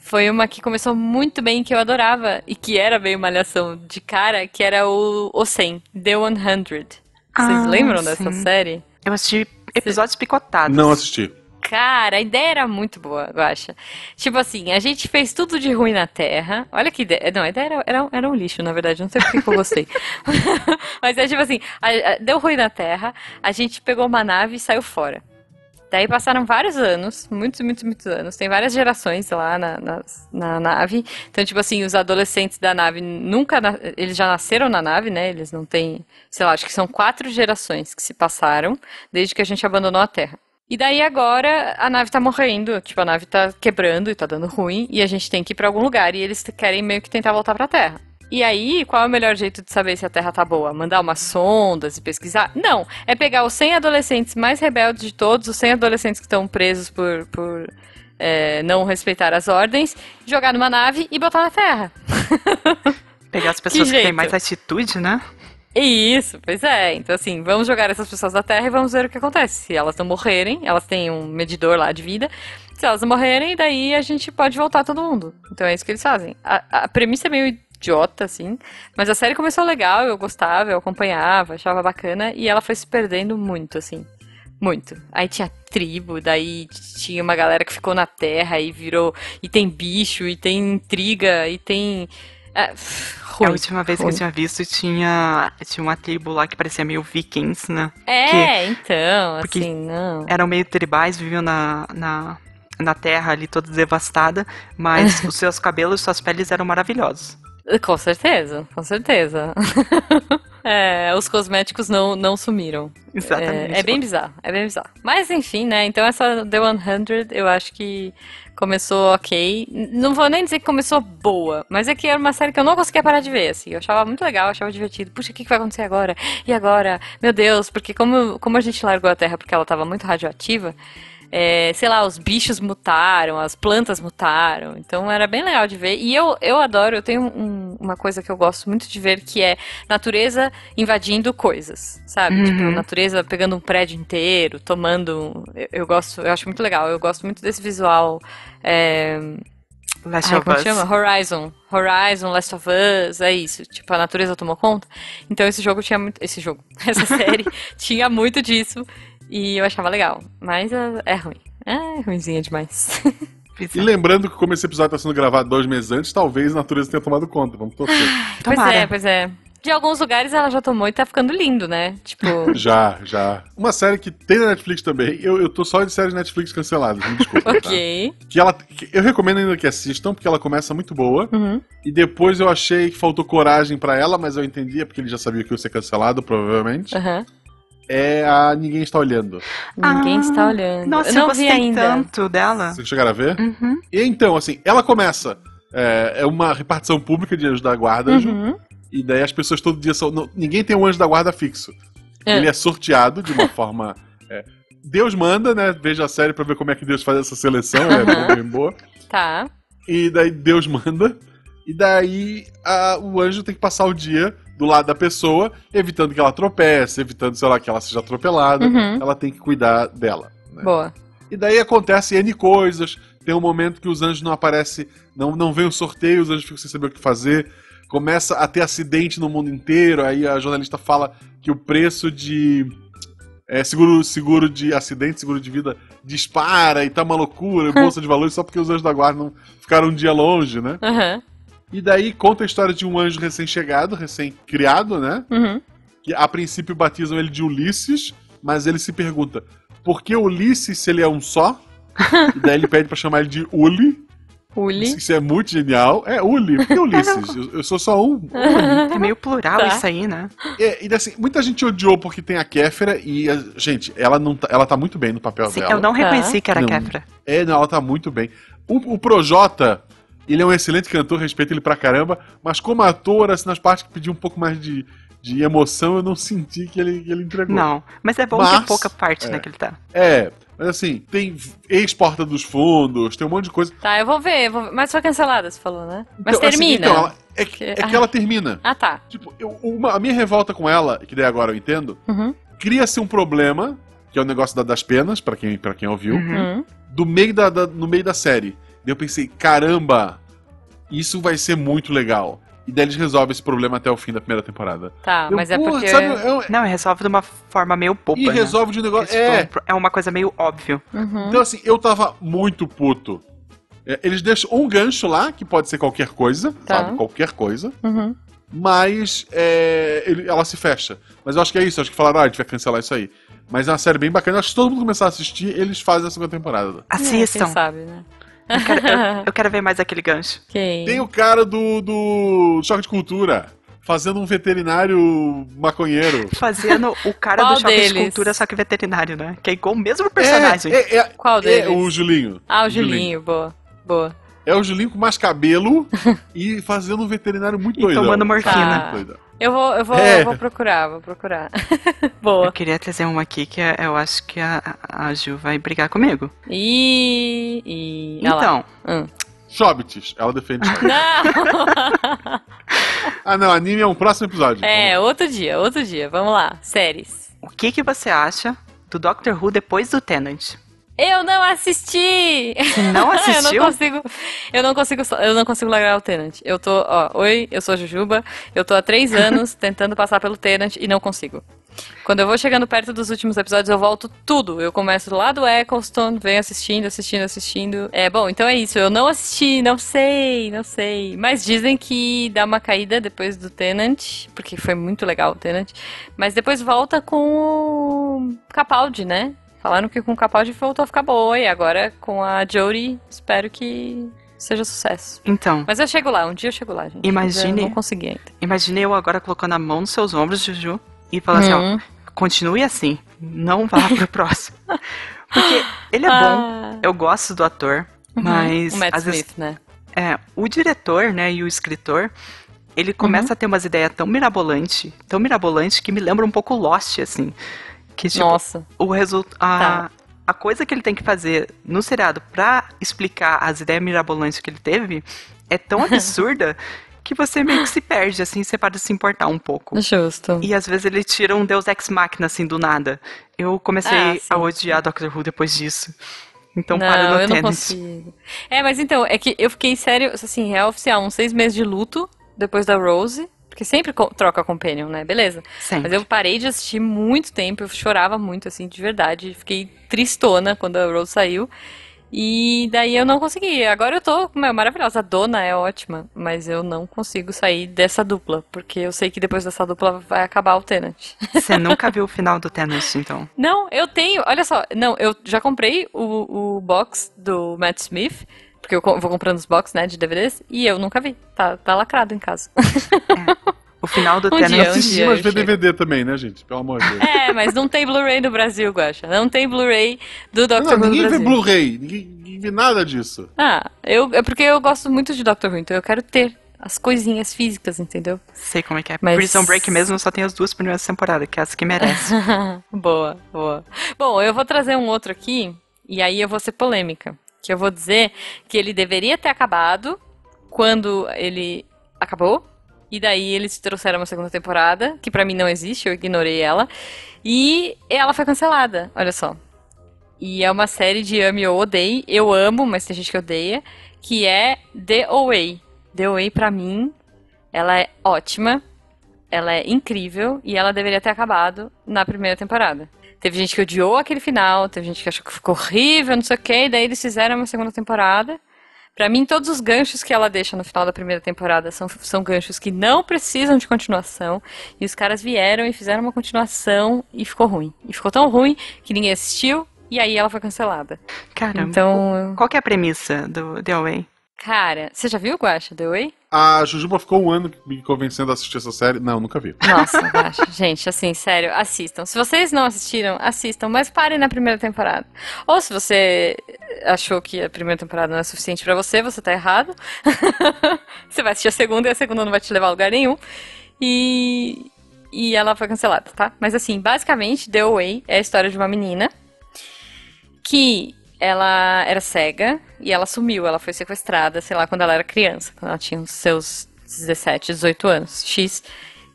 A: foi uma que começou muito bem, que eu adorava, e que era meio malhação de cara, que era o, o 100, The 100. Vocês
C: Ah,
A: lembram
C: sim.
A: dessa série?
C: Eu assisti episódios
A: Ah, tá.
C: picotados.
B: Não assisti.
A: Cara, a ideia era muito boa, eu acho. Tipo assim, a gente fez tudo de ruim na Terra. Olha que ideia. Não, a ideia era, era, um- era um lixo, na verdade. Não sei por que que eu gostei. Mas é tipo assim, a- a- deu ruim na Terra, a gente pegou uma nave e saiu fora. Daí passaram vários anos, muitos, muitos, muitos anos. Tem várias gerações lá na, nas- na nave. Então, tipo assim, os adolescentes da nave nunca. na- Eles já nasceram na nave, né? Eles não têm. Sei lá, acho que são quatro gerações que se passaram desde que a gente abandonou a Terra. E daí agora a nave tá morrendo, tipo, a nave tá quebrando e tá dando ruim, e a gente tem que ir pra algum lugar, e eles querem meio que tentar voltar pra Terra. E aí, qual é o melhor jeito de saber se a Terra tá boa? Mandar umas sondas e pesquisar? Não, é pegar os 100 adolescentes mais rebeldes de todos, os 100 adolescentes que estão presos por, por é, não respeitar as ordens, jogar numa nave e botar na Terra.
C: Pegar as pessoas que, têm
A: jeito.
C: mais atitude, né?
A: Isso, pois é. Então, assim, vamos jogar essas pessoas da Terra e vamos ver o que acontece. Se elas não morrerem, elas têm um medidor lá de vida. Se elas não morrerem, daí a gente pode voltar todo mundo. Então é isso que eles fazem. A, a premissa é meio idiota, assim. Mas a série começou legal, eu gostava, eu acompanhava, achava bacana. E ela foi se perdendo muito, assim. Muito. Aí tinha tribo, daí tinha uma galera que ficou na terra e virou. E tem bicho, e tem intriga, e tem. É,
C: a
A: ruim.
C: última vez que
A: ruim.
C: eu tinha visto tinha, tinha uma tribo lá que parecia meio vikings, né?
A: É, então,
C: porque-
A: assim, não.
C: Eram meio tribais, viviam na, na, na terra ali toda devastada, mas os seus cabelos e suas peles eram maravilhosos.
A: Com certeza, com certeza. É, os cosméticos não, não sumiram.
C: Exatamente. tipo-
A: É, é bem bizarro, é bem bizarro. Mas enfim, né? Então essa The 100 eu acho que começou ok. N- Não vou nem dizer que começou boa, mas é que era uma série que eu não conseguia parar de ver, assim. Eu achava muito legal, eu achava divertido. Puxa, o que que vai acontecer agora? E agora? Meu Deus, porque como, como a gente largou a Terra porque ela tava muito radioativa, é, sei lá, os bichos mutaram, as plantas mutaram. Então era bem legal de ver. E eu, eu adoro, eu tenho um- uma coisa que eu gosto muito de ver que é natureza invadindo coisas, sabe?
C: Uhum.
A: Tipo, natureza pegando um prédio inteiro, tomando. um, Eu, eu gosto, eu acho muito legal. Eu gosto muito desse visual. é,
C: Last
A: ai,
C: of
A: como é
C: Us.
A: chama? Horizon. Horizon, Last of Us, é isso. Tipo, a natureza tomou conta. Então esse jogo tinha muito. Esse jogo, essa série tinha muito disso. E eu achava legal. Mas é, é ruim. É ruimzinha demais.
C: Pois
B: E
C: é.
B: lembrando que como esse episódio tá sendo gravado dois meses antes, talvez a natureza tenha tomado conta. Vamos torcer.
A: Pois é,
C: Tomara.
A: pois é. De alguns lugares ela já tomou e tá ficando lindo, né? Tipo.
B: já, já. Uma série que tem na Netflix também. Eu, eu tô só de séries Netflix canceladas, me desculpa.
A: ok.
B: tá? Que ela, que eu recomendo ainda que assistam, porque ela começa muito boa.
A: Uhum.
B: E depois eu achei que faltou coragem pra ela, mas eu entendi, é porque ele já sabia que ia ser cancelado, provavelmente.
A: aham.
B: É a Ninguém Está Olhando.
A: Ninguém
C: Ah,
A: está olhando.
C: Nossa,
A: eu
C: eu,
A: não vi
C: gostei
A: ainda.
C: tanto
A: Ah.
C: dela.
B: Vocês chegaram a ver?
C: Uhum.
B: E então, assim, ela começa. É, é uma repartição pública de anjos da guarda.
A: Uhum.
B: E daí as pessoas todo dia são. não- ninguém tem um anjo da guarda fixo.
A: É.
B: Ele é sorteado de uma forma. é, Deus manda, né? Veja a série pra ver como é que Deus faz essa seleção, é bem boa.
A: Tá.
B: E daí Deus manda. E daí a- o anjo tem que passar o dia do lado da pessoa, evitando que ela tropece, evitando, sei lá, que ela seja atropelada.
A: Uhum.
B: Ela tem que cuidar dela. né?
A: Boa.
B: E daí acontece N coisas. Tem um momento que os anjos não aparecem, não, não vem o sorteio, os anjos ficam sem saber o que fazer. Começa a ter acidente no mundo inteiro. Aí a jornalista fala que o preço de. é, seguro, seguro de acidente, seguro de vida dispara e tá uma loucura, bolsa de valores, só porque os anjos da guarda não ficaram um dia longe, né?
A: Aham.
B: E daí conta a história de um anjo recém-chegado, recém-criado, né?
A: Uhum.
B: que a princípio batizam ele de Ulisses, mas ele se pergunta por que Ulisses se ele é um só? e daí ele pede pra chamar ele de Uli.
A: Uli.
B: Isso é muito genial. É, Uli. Por que Ulisses? Eu, eu sou só um.
C: É meio plural
A: Tá.
C: isso aí, né?
B: É, e assim, muita gente odiou porque tem a Kéfera e, a- gente, ela, não tá, ela tá muito bem no papel
C: Sim,
B: dela.
A: Tá.
C: eu não reconheci que era
B: Não.
C: Kefra.
B: É, não, ela tá muito bem. O, o Projota, ele é um excelente cantor, respeito ele pra caramba, mas como ator, assim, nas partes que pediu um pouco mais de, de emoção, eu não senti que ele, que ele entregou.
C: Não. Mas é bom
B: Mas-
C: ter pouca parte,
B: é.
C: né, que ele tá.
B: É, mas assim, tem ex-porta dos fundos, tem um monte de coisa.
A: Tá, eu vou ver, eu vou ver. Mas foi cancelada, você falou, né? Mas
B: Então, assim,
A: termina.
B: então, ela- é, que- é que
A: Ah.
B: ela termina.
A: Ah, tá.
B: Tipo, eu- uma- a minha revolta com ela, que daí agora eu entendo,
A: Uhum.
B: cria-se um problema, que é o negócio da- das penas, pra quem, pra quem ouviu,
C: Uhum.
A: Uhum.
B: do meio da, da- no meio da série. Daí eu pensei, caramba, isso vai ser muito legal. E daí eles resolvem esse problema até o fim da primeira temporada.
A: Tá,
B: Eu,
A: mas é
B: porra,
A: porque.
B: sabe, eu-
C: Não, e resolve de uma forma meio boba,
B: e
C: né?
B: resolve de um negócio.
C: Isso
B: É,
C: foi um- é uma coisa meio óbvia.
A: Uhum.
B: Então, assim, eu tava muito puto. É, Eles deixam um gancho lá, que pode ser qualquer coisa,
A: Tá.
B: sabe? Qualquer coisa.
A: Uhum.
B: Mas é, ele- ela se fecha. Mas eu acho que é isso, acho que falaram, ah, a gente vai cancelar isso aí. Mas é uma série bem bacana, acho que se todo mundo começar a assistir, eles fazem a segunda temporada.
A: É,
C: Assistam.
A: quem sabe, né?
C: eu, quero, eu- eu quero ver mais aquele gancho.
A: Quem?
B: Tem o cara do, do Choque de Cultura, fazendo um veterinário maconheiro.
C: Fazendo o cara
A: Qual
C: do choque de
A: deles?
C: cultura, só que veterinário, né? Que é igual o mesmo personagem.
B: É, é, é,
A: Qual
B: é
A: deles?
B: o Julinho.
A: Ah, o Julinho, boa. Boa.
B: É o Julinho com mais cabelo e fazendo um veterinário muito
C: E
B: doidão.
C: tomando morfina.
B: Muito doidão.
A: Eu vou, eu vou,
B: É.
A: eu vou procurar, vou procurar. boa.
C: Eu queria trazer uma aqui que é- eu acho que a, a Ju vai brigar comigo.
A: E. e... olha lá.
C: então,
A: Hum.
B: Chobits, ela defende Chobits.
A: Não!
B: Ah, não, anime é um próximo episódio.
A: é, outro dia, outro dia. Vamos lá. Séries.
C: o que, que você acha do Doctor Who depois do Tenant?
A: Eu não assisti! eu
C: Não assistiu?
A: não consigo. Eu não consigo, eu não consigo largar o Tenant. Eu tô, ó, oi, eu sou a Jujuba. Eu tô há três anos tentando passar pelo Tenant e não consigo. Quando eu vou chegando perto dos últimos episódios, eu volto tudo. Eu começo lá do Eccleston, venho assistindo, assistindo, assistindo. É, bom, então é isso. Eu não assisti, não sei, não sei. Mas dizem que dá uma caída depois do Tenant, porque foi muito legal o Tenant. Mas depois volta com o Capaldi, né? Falaram que com o Capaldi voltou a ficar boa e agora com a Jodie espero que seja sucesso.
C: Então,
A: Mas eu chego lá, um dia eu chego lá, gente.
C: Imagine.
A: Mas eu Não consegui ainda.
C: imagine eu agora colocando a mão nos seus ombros, Juju, e falando
A: Hum.
C: assim, ó, continue assim, não vá pro próximo. Porque ele é
A: Ah.
C: bom, eu gosto do ator, mas
A: o uhum. Matt
C: às
A: Smith,
C: vezes
A: né?
C: é, o diretor, né, e o escritor, ele começa
A: Uhum.
C: a ter umas ideias tão mirabolante, tão mirabolante que me lembra um pouco Lost, assim, que tipo,
A: Nossa.
C: o resultado a,
A: Tá.
C: a coisa que ele tem que fazer no seriado pra explicar as ideias mirabolantes que ele teve é tão absurda que você meio que se perde, assim, você para de se importar um pouco.
A: Uhum. Justo.
C: E às vezes ele tira um Deus Ex Machina, assim, do nada. Eu
A: Ah,
C: comecei
A: sim.
C: a odiar Doctor Who depois disso. Então
A: não,
C: para no
A: eu não
C: tênis.
A: consigo. É, mas então, é que eu fiquei sério, assim, real oficial, uns seis meses de luto depois da Rose. Porque sempre co- troca Companion, né? Beleza. Mas
C: Sempre.
A: eu parei de assistir muito tempo, eu chorava muito, assim, de verdade. Fiquei tristona quando a Rose saiu. E daí eu não consegui. Agora eu tô, meu, maravilhosa. A dona é ótima, mas eu não consigo sair dessa dupla, porque eu sei que depois dessa dupla vai acabar o Tenant.
C: Você nunca viu o final do tênis, então.
A: Não, eu tenho, olha só, não, eu já comprei o, o box do Matt Smith, porque eu co- vou comprando os box, né, de DVDs, e eu nunca vi. Tá, tá lacrado em casa.
C: O final do
A: Um
C: Tenant.
A: dia, um
B: Assistir,
A: dia
B: mas
A: eu
B: vê
A: chego.
B: DVD também, né, gente? Pelo amor de Deus.
A: É, mas não tem Blu-ray no Brasil, Guaxa. Não tem Blu-ray do Dr.
B: Não,
A: Who no
B: ninguém vê
A: Brasil.
B: Blu-ray, ninguém, ninguém vê nada disso.
A: Ah, eu, é porque eu gosto muito de Doctor Who, então eu quero ter as coisinhas físicas, entendeu?
C: Sei como é que é.
A: Mas-
C: Prison Break mesmo só tem as duas primeiras temporadas, que é as que merece.
A: boa, boa. Bom, eu vou trazer um outro aqui, e aí eu vou ser polêmica. Que eu vou dizer que ele deveria ter acabado quando ele acabou. E daí eles trouxeram uma segunda temporada, que pra mim não existe, eu ignorei ela. E ela foi cancelada, olha só. E é uma série de ame ou odeie. Eu amo, mas tem gente que odeia. Que é The Away. The Away, pra mim, ela é ótima. Ela é incrível. E ela deveria ter acabado na primeira temporada. Teve gente que odiou aquele final. Teve gente que achou que ficou horrível, não sei o quê. E daí eles fizeram uma segunda temporada. Pra mim, todos os ganchos que ela deixa no final da primeira temporada são, são ganchos que não precisam de continuação. E os caras vieram e fizeram uma continuação e ficou ruim. E ficou tão ruim que ninguém assistiu. E aí ela foi cancelada.
C: Caramba.
A: É, Então,
C: Qual que é a premissa do The Away?
A: cara, você já viu Guacha The Way?
B: A Jujuba ficou um ano me convencendo a assistir essa série. Não, nunca vi.
A: Nossa, Guacha. Gente, assim, sério, assistam. Se vocês não assistiram, assistam, mas parem na primeira temporada. Ou se você achou que a primeira temporada não é suficiente pra você, você tá errado. você vai assistir a segunda e a segunda não vai te levar a lugar nenhum. E e ela foi cancelada, tá? Mas assim, basicamente, The Away é a história de uma menina que ela era cega e ela sumiu, ela foi sequestrada, sei lá, quando ela era criança, quando ela tinha os seus 17, 18 anos, X.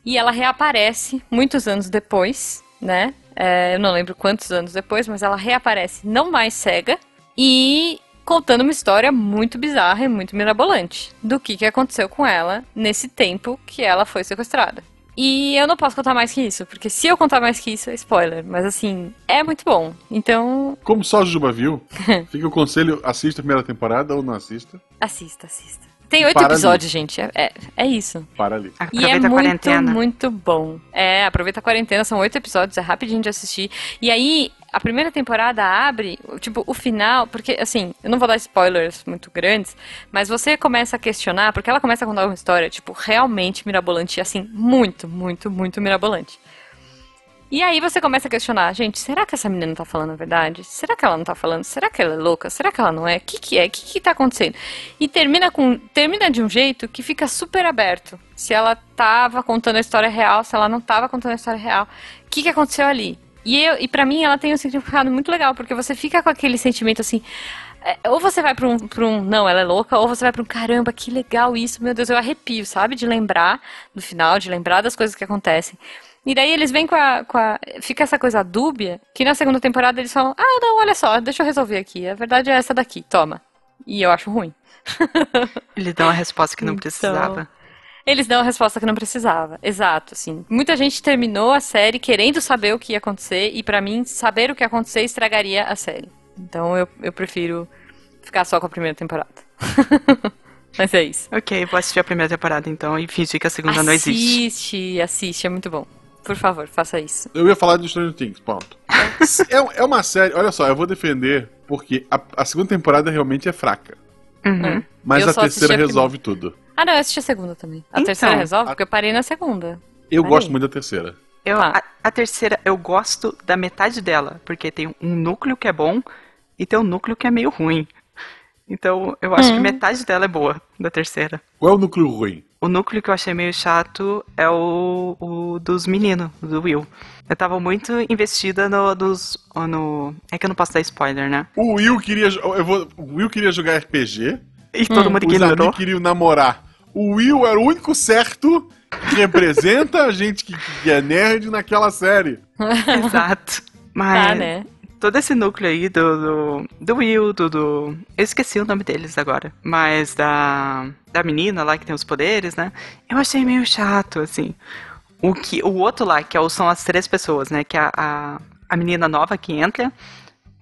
A: E ela reaparece muitos anos depois, né? É, eu não lembro quantos anos depois, mas ela reaparece não mais cega e contando uma história muito bizarra e muito mirabolante do que, que aconteceu com ela nesse tempo que ela foi sequestrada. E eu não posso contar mais que isso, porque se eu contar mais que isso, é spoiler. Mas assim, é muito bom. Então,
B: Como só a Jujuba viu, fica o conselho: assista a primeira temporada ou não assista.
A: Assista, assista. Tem oito
B: Para
A: episódios, gente. É, é, é isso.
B: Para ali.
A: e é
C: Aproveita a
A: muito,
C: quarentena.
A: muito bom. É, aproveita a quarentena, são oito episódios, é rapidinho de assistir. E aí, a primeira temporada abre, tipo, o final, porque, assim, eu não vou dar spoilers muito grandes, mas você começa a questionar, porque ela começa a contar uma história, tipo, realmente mirabolante, assim, muito, muito, muito mirabolante. E aí você começa a questionar, gente, será que essa menina tá falando a verdade? Será que ela não tá falando? Será que ela é louca? Será que ela não é? O que que é? O que que tá acontecendo? E termina com termina de um jeito que fica super aberto. Se ela tava contando a história real, se ela não tava contando a história real. O que que aconteceu ali? E eu e para mim ela tem um significado muito legal, porque você fica com aquele sentimento assim, é, ou você vai pra um, pra um não, ela é louca, ou você vai pra um caramba, que legal isso, meu Deus, eu arrepio, sabe? De lembrar do final, de lembrar das coisas que acontecem. E daí eles vêm com a, com a. Fica essa coisa dúbia, que na segunda temporada eles falam: ah, não, olha só, deixa eu resolver aqui. A verdade é essa daqui, toma. E eu acho ruim.
C: Ele dá uma resposta que não
A: Então,
C: precisava.
A: Eles dão a resposta que não precisava. Exato, assim. Muita gente terminou a série querendo saber o que ia acontecer, e pra mim, saber o que ia acontecer estragaria a série. Então eu, eu prefiro ficar só com a primeira temporada. Mas é isso.
C: Ok, vou assistir a primeira temporada então e fingir que a segunda não existe.
A: Assiste, assiste, é muito bom. Por favor, faça isso.
B: Eu ia falar de Stranger Things, ponto. é, é uma série, olha só, eu vou defender, porque a, a segunda temporada realmente é fraca.
C: Uhum.
B: Mas
A: Eu
B: a
A: só assisti
B: terceira
A: a primeira.
B: resolve tudo.
A: Ah, não, eu assisti a segunda também. A
C: Então,
A: terceira resolve,
B: a-
A: porque eu parei na segunda.
B: Eu
A: Aí.
B: gosto muito da terceira.
C: Eu,
A: Ah.
C: a, a terceira, eu gosto da metade dela, porque tem um núcleo que é bom e tem um núcleo que é meio ruim. Então, eu
A: Hum.
C: acho que metade dela é boa, da terceira.
B: Qual é o núcleo ruim?
C: O núcleo que eu achei meio chato é o, o dos meninos, do Will. Eu tava muito investida no, dos, no. É que eu não posso dar spoiler, né?
B: O Will queria, jo- eu vou- o Will queria jogar RPG,
C: E
A: Hum,
C: todo mundo
B: os
C: ignorou.
B: amigos queriam namorar. O Will era o único certo que representa a gente que, que é nerd naquela série.
C: Exato. Mas
A: Tá, né?
C: todo esse núcleo aí do, do, do Will, do, do- Eu esqueci o nome deles agora. Mas da. Da menina lá que tem os poderes, né? Eu achei meio chato, assim. O, que, o outro lá, que é o- são as três pessoas, né? Que é a, a, a menina nova que entra.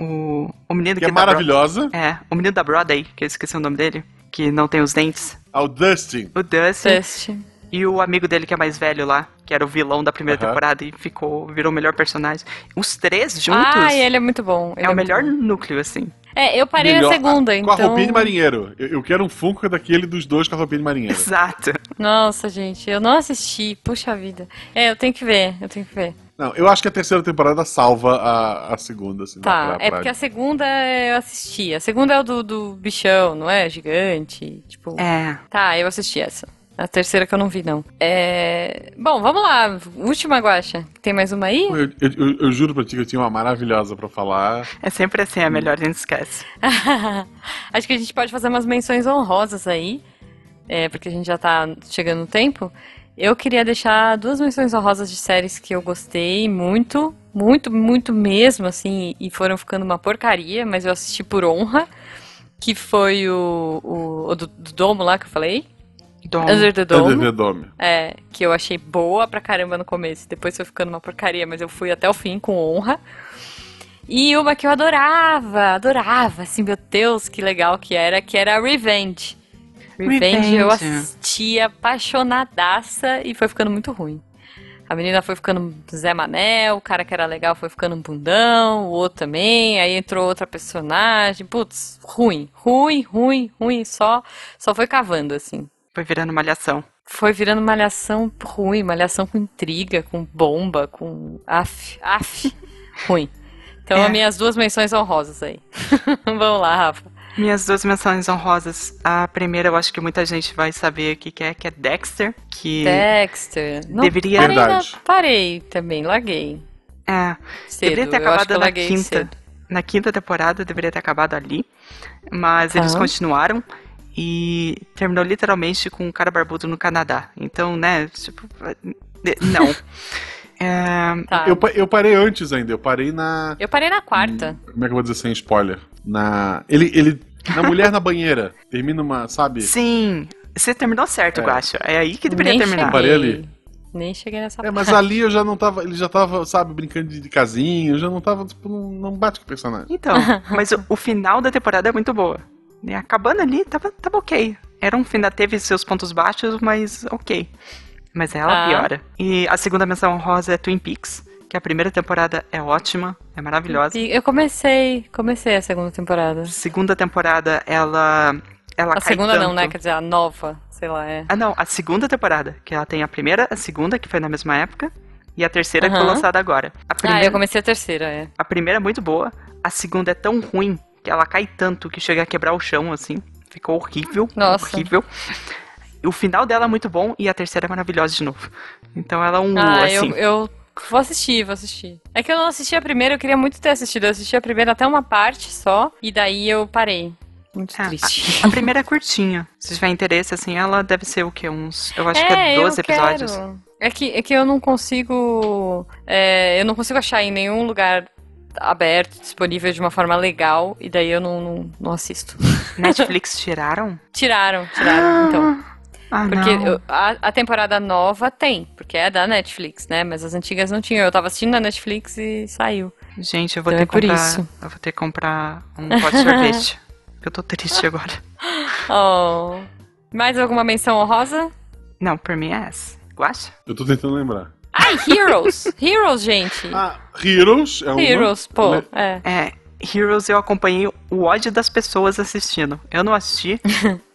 C: O, o menino
B: Que é
C: dá bro-
B: maravilhosa.
C: É, o menino da Broadway, que eu esqueci o nome dele, que não tem os dentes.
B: Ao Dustin.
C: O Dustin.
A: Teste.
C: E o amigo dele que é mais velho lá, que era o vilão da primeira
B: Aham.
C: temporada e ficou, virou o melhor personagem. Os três juntos
A: Ah, ele é muito bom. ele
C: é o
A: muito
C: melhor
A: bom.
C: núcleo, assim.
A: É, eu parei
B: melhor-
A: na segunda,
B: com
A: então.
B: a roupinha de marinheiro. Eu, eu quero um Funko daquele dos dois com a roupinha de marinheiro.
C: Exato.
A: Nossa, gente, eu não assisti. Puxa vida. É, eu tenho que ver, eu tenho que ver.
B: Não, eu acho que a terceira temporada salva a, a segunda, assim.
A: Tá,
B: pra- pra-
A: é porque a segunda eu assisti. A segunda é o do, do bichão, não é? Gigante. Tipo.
C: É.
A: Tá, eu assisti essa. A terceira que eu não vi, não. É... Bom, vamos lá. Última guacha. Tem mais uma aí?
B: Eu, eu- eu- eu juro pra ti que eu tinha uma maravilhosa pra falar.
C: É sempre assim, é melhor a gente esquece.
A: Acho que a gente pode fazer umas menções honrosas aí, é, porque a gente já tá chegando no tempo. Eu queria deixar duas menções honrosas de séries que eu gostei muito, muito, muito mesmo, assim, e foram ficando uma porcaria, mas eu assisti por honra, que foi o, o- o do, do Domo lá que eu falei,
C: Dom.
A: Under the Dome.
B: TDV Dome.
A: É, que eu achei boa pra caramba no começo. Depois foi ficando uma porcaria, mas eu fui até o fim com honra. E uma que eu adorava, adorava, assim, meu Deus, que legal que era, que era Revenge. Revenge, eu
C: Revenge.
A: assistia apaixonadaça e foi ficando muito ruim. A menina foi ficando Zé Mané, o cara que era legal foi ficando um bundão, o outro também, aí entrou outra personagem, putz, ruim, ruim, ruim, ruim, só, só foi cavando, assim
C: Foi virando malhação.
A: foi virando malhação ruim, malhação com intriga, com bomba, com af, af, ruim. Então,
C: É.
A: as minhas duas menções honrosas aí. Vamos lá, Rafa.
C: Minhas duas menções honrosas. A primeira, eu acho que muita gente vai saber o que, que é, que é Dexter. Que
A: Dexter. Não,
C: Deveria-
A: parei, na-
B: Verdade.
A: parei também, larguei.
C: é,
A: Cedo.
C: Deveria
A: eu
C: ter
A: acho
C: acabado
A: que eu
C: na
A: larguei
C: quinta.
A: cedo.
C: na quinta temporada, deveria ter acabado ali. Mas
A: Tá.
C: eles continuaram e terminou literalmente com um cara barbudo no Canadá. Então, né, tipo. eh, Não. É,
A: Tá.
B: Eu,
A: Eu...
B: pa- eu parei antes ainda, eu parei na.
A: parei na quarta.
C: Hum.
B: Como é que eu vou dizer sem spoiler? Na. Ele. ele na mulher na banheira. Termina uma, sabe?
C: sim, você terminou certo,
B: É.
C: eu acho. É aí que deveria
A: Nem
C: terminar.
A: cheguei.
B: Parei ali.
A: Nem cheguei nessa
B: É,
A: parte.
B: mas ali eu já não tava. Ele já tava, sabe, brincando de, de casinho, já não tava, tipo, não, não bate com o personagem.
C: Então, mas o, o final da temporada é muito boa. E acabando ali, tava, tava ok. Era um fim da teve seus pontos baixos, mas ok. Mas ela
A: Ah.
C: piora. E a segunda menção rosa é Twin Peaks, que a primeira temporada é ótima, é maravilhosa.
A: E Eu comecei, comecei a segunda temporada.
C: Segunda temporada, ela. ela
A: A
C: cai
A: segunda não,
C: tanto.
A: né? Quer dizer, a nova, sei lá, é.
C: Ah, não, a segunda temporada. Que ela tem a primeira, a segunda, que foi na mesma época, e a terceira que foi
A: Aham.
C: lançada agora. A
A: Ah,
C: primeira,
A: eu comecei a terceira, é.
C: a primeira é muito boa, a segunda é tão ruim que ela cai tanto que chega a quebrar o chão, assim. Ficou horrível.
A: Nossa.
C: Horrível. E O final dela é muito bom e a terceira é maravilhosa de novo. Então ela é um
A: Ah,
C: assim.
A: eu, eu vou assistir, vou assistir. É que eu não assisti a primeira, eu queria muito ter assistido. Eu assisti a primeira até uma parte só, e daí eu parei. Muito
C: Ah,
A: triste.
C: A primeira é curtinha. Se tiver interesse, assim, ela deve ser o quê? Uns. Eu acho que é
A: eu
C: 12 episódios.
A: quero. É que, é que eu não consigo. é, eu não consigo achar em nenhum lugar aberto, disponível de uma forma legal, e daí eu não, não, não assisto.
C: Netflix tiraram?
A: Tiraram, tiraram, então.
C: Ah,
A: Porque
C: não.
A: eu- a, a temporada nova tem, porque é da Netflix, né? Mas as antigas não tinham. Eu tava assistindo na Netflix e saiu.
C: Gente, eu vou
A: Então
C: ter
A: é
C: que
A: por
C: comprar.
A: isso.
C: Eu vou ter que comprar um pote de sorvete. Eu tô triste agora.
A: Oh. Mais alguma menção honrosa?
C: Não, por mim é essa. Guacha?
B: Eu tô tentando lembrar.
A: Ai, Heroes! Heroes, gente!
B: Ah, Heroes é um.
A: Heroes, pô.
B: Le-
A: É.
C: É, Heroes eu acompanhei o ódio das pessoas assistindo. Eu não assisti,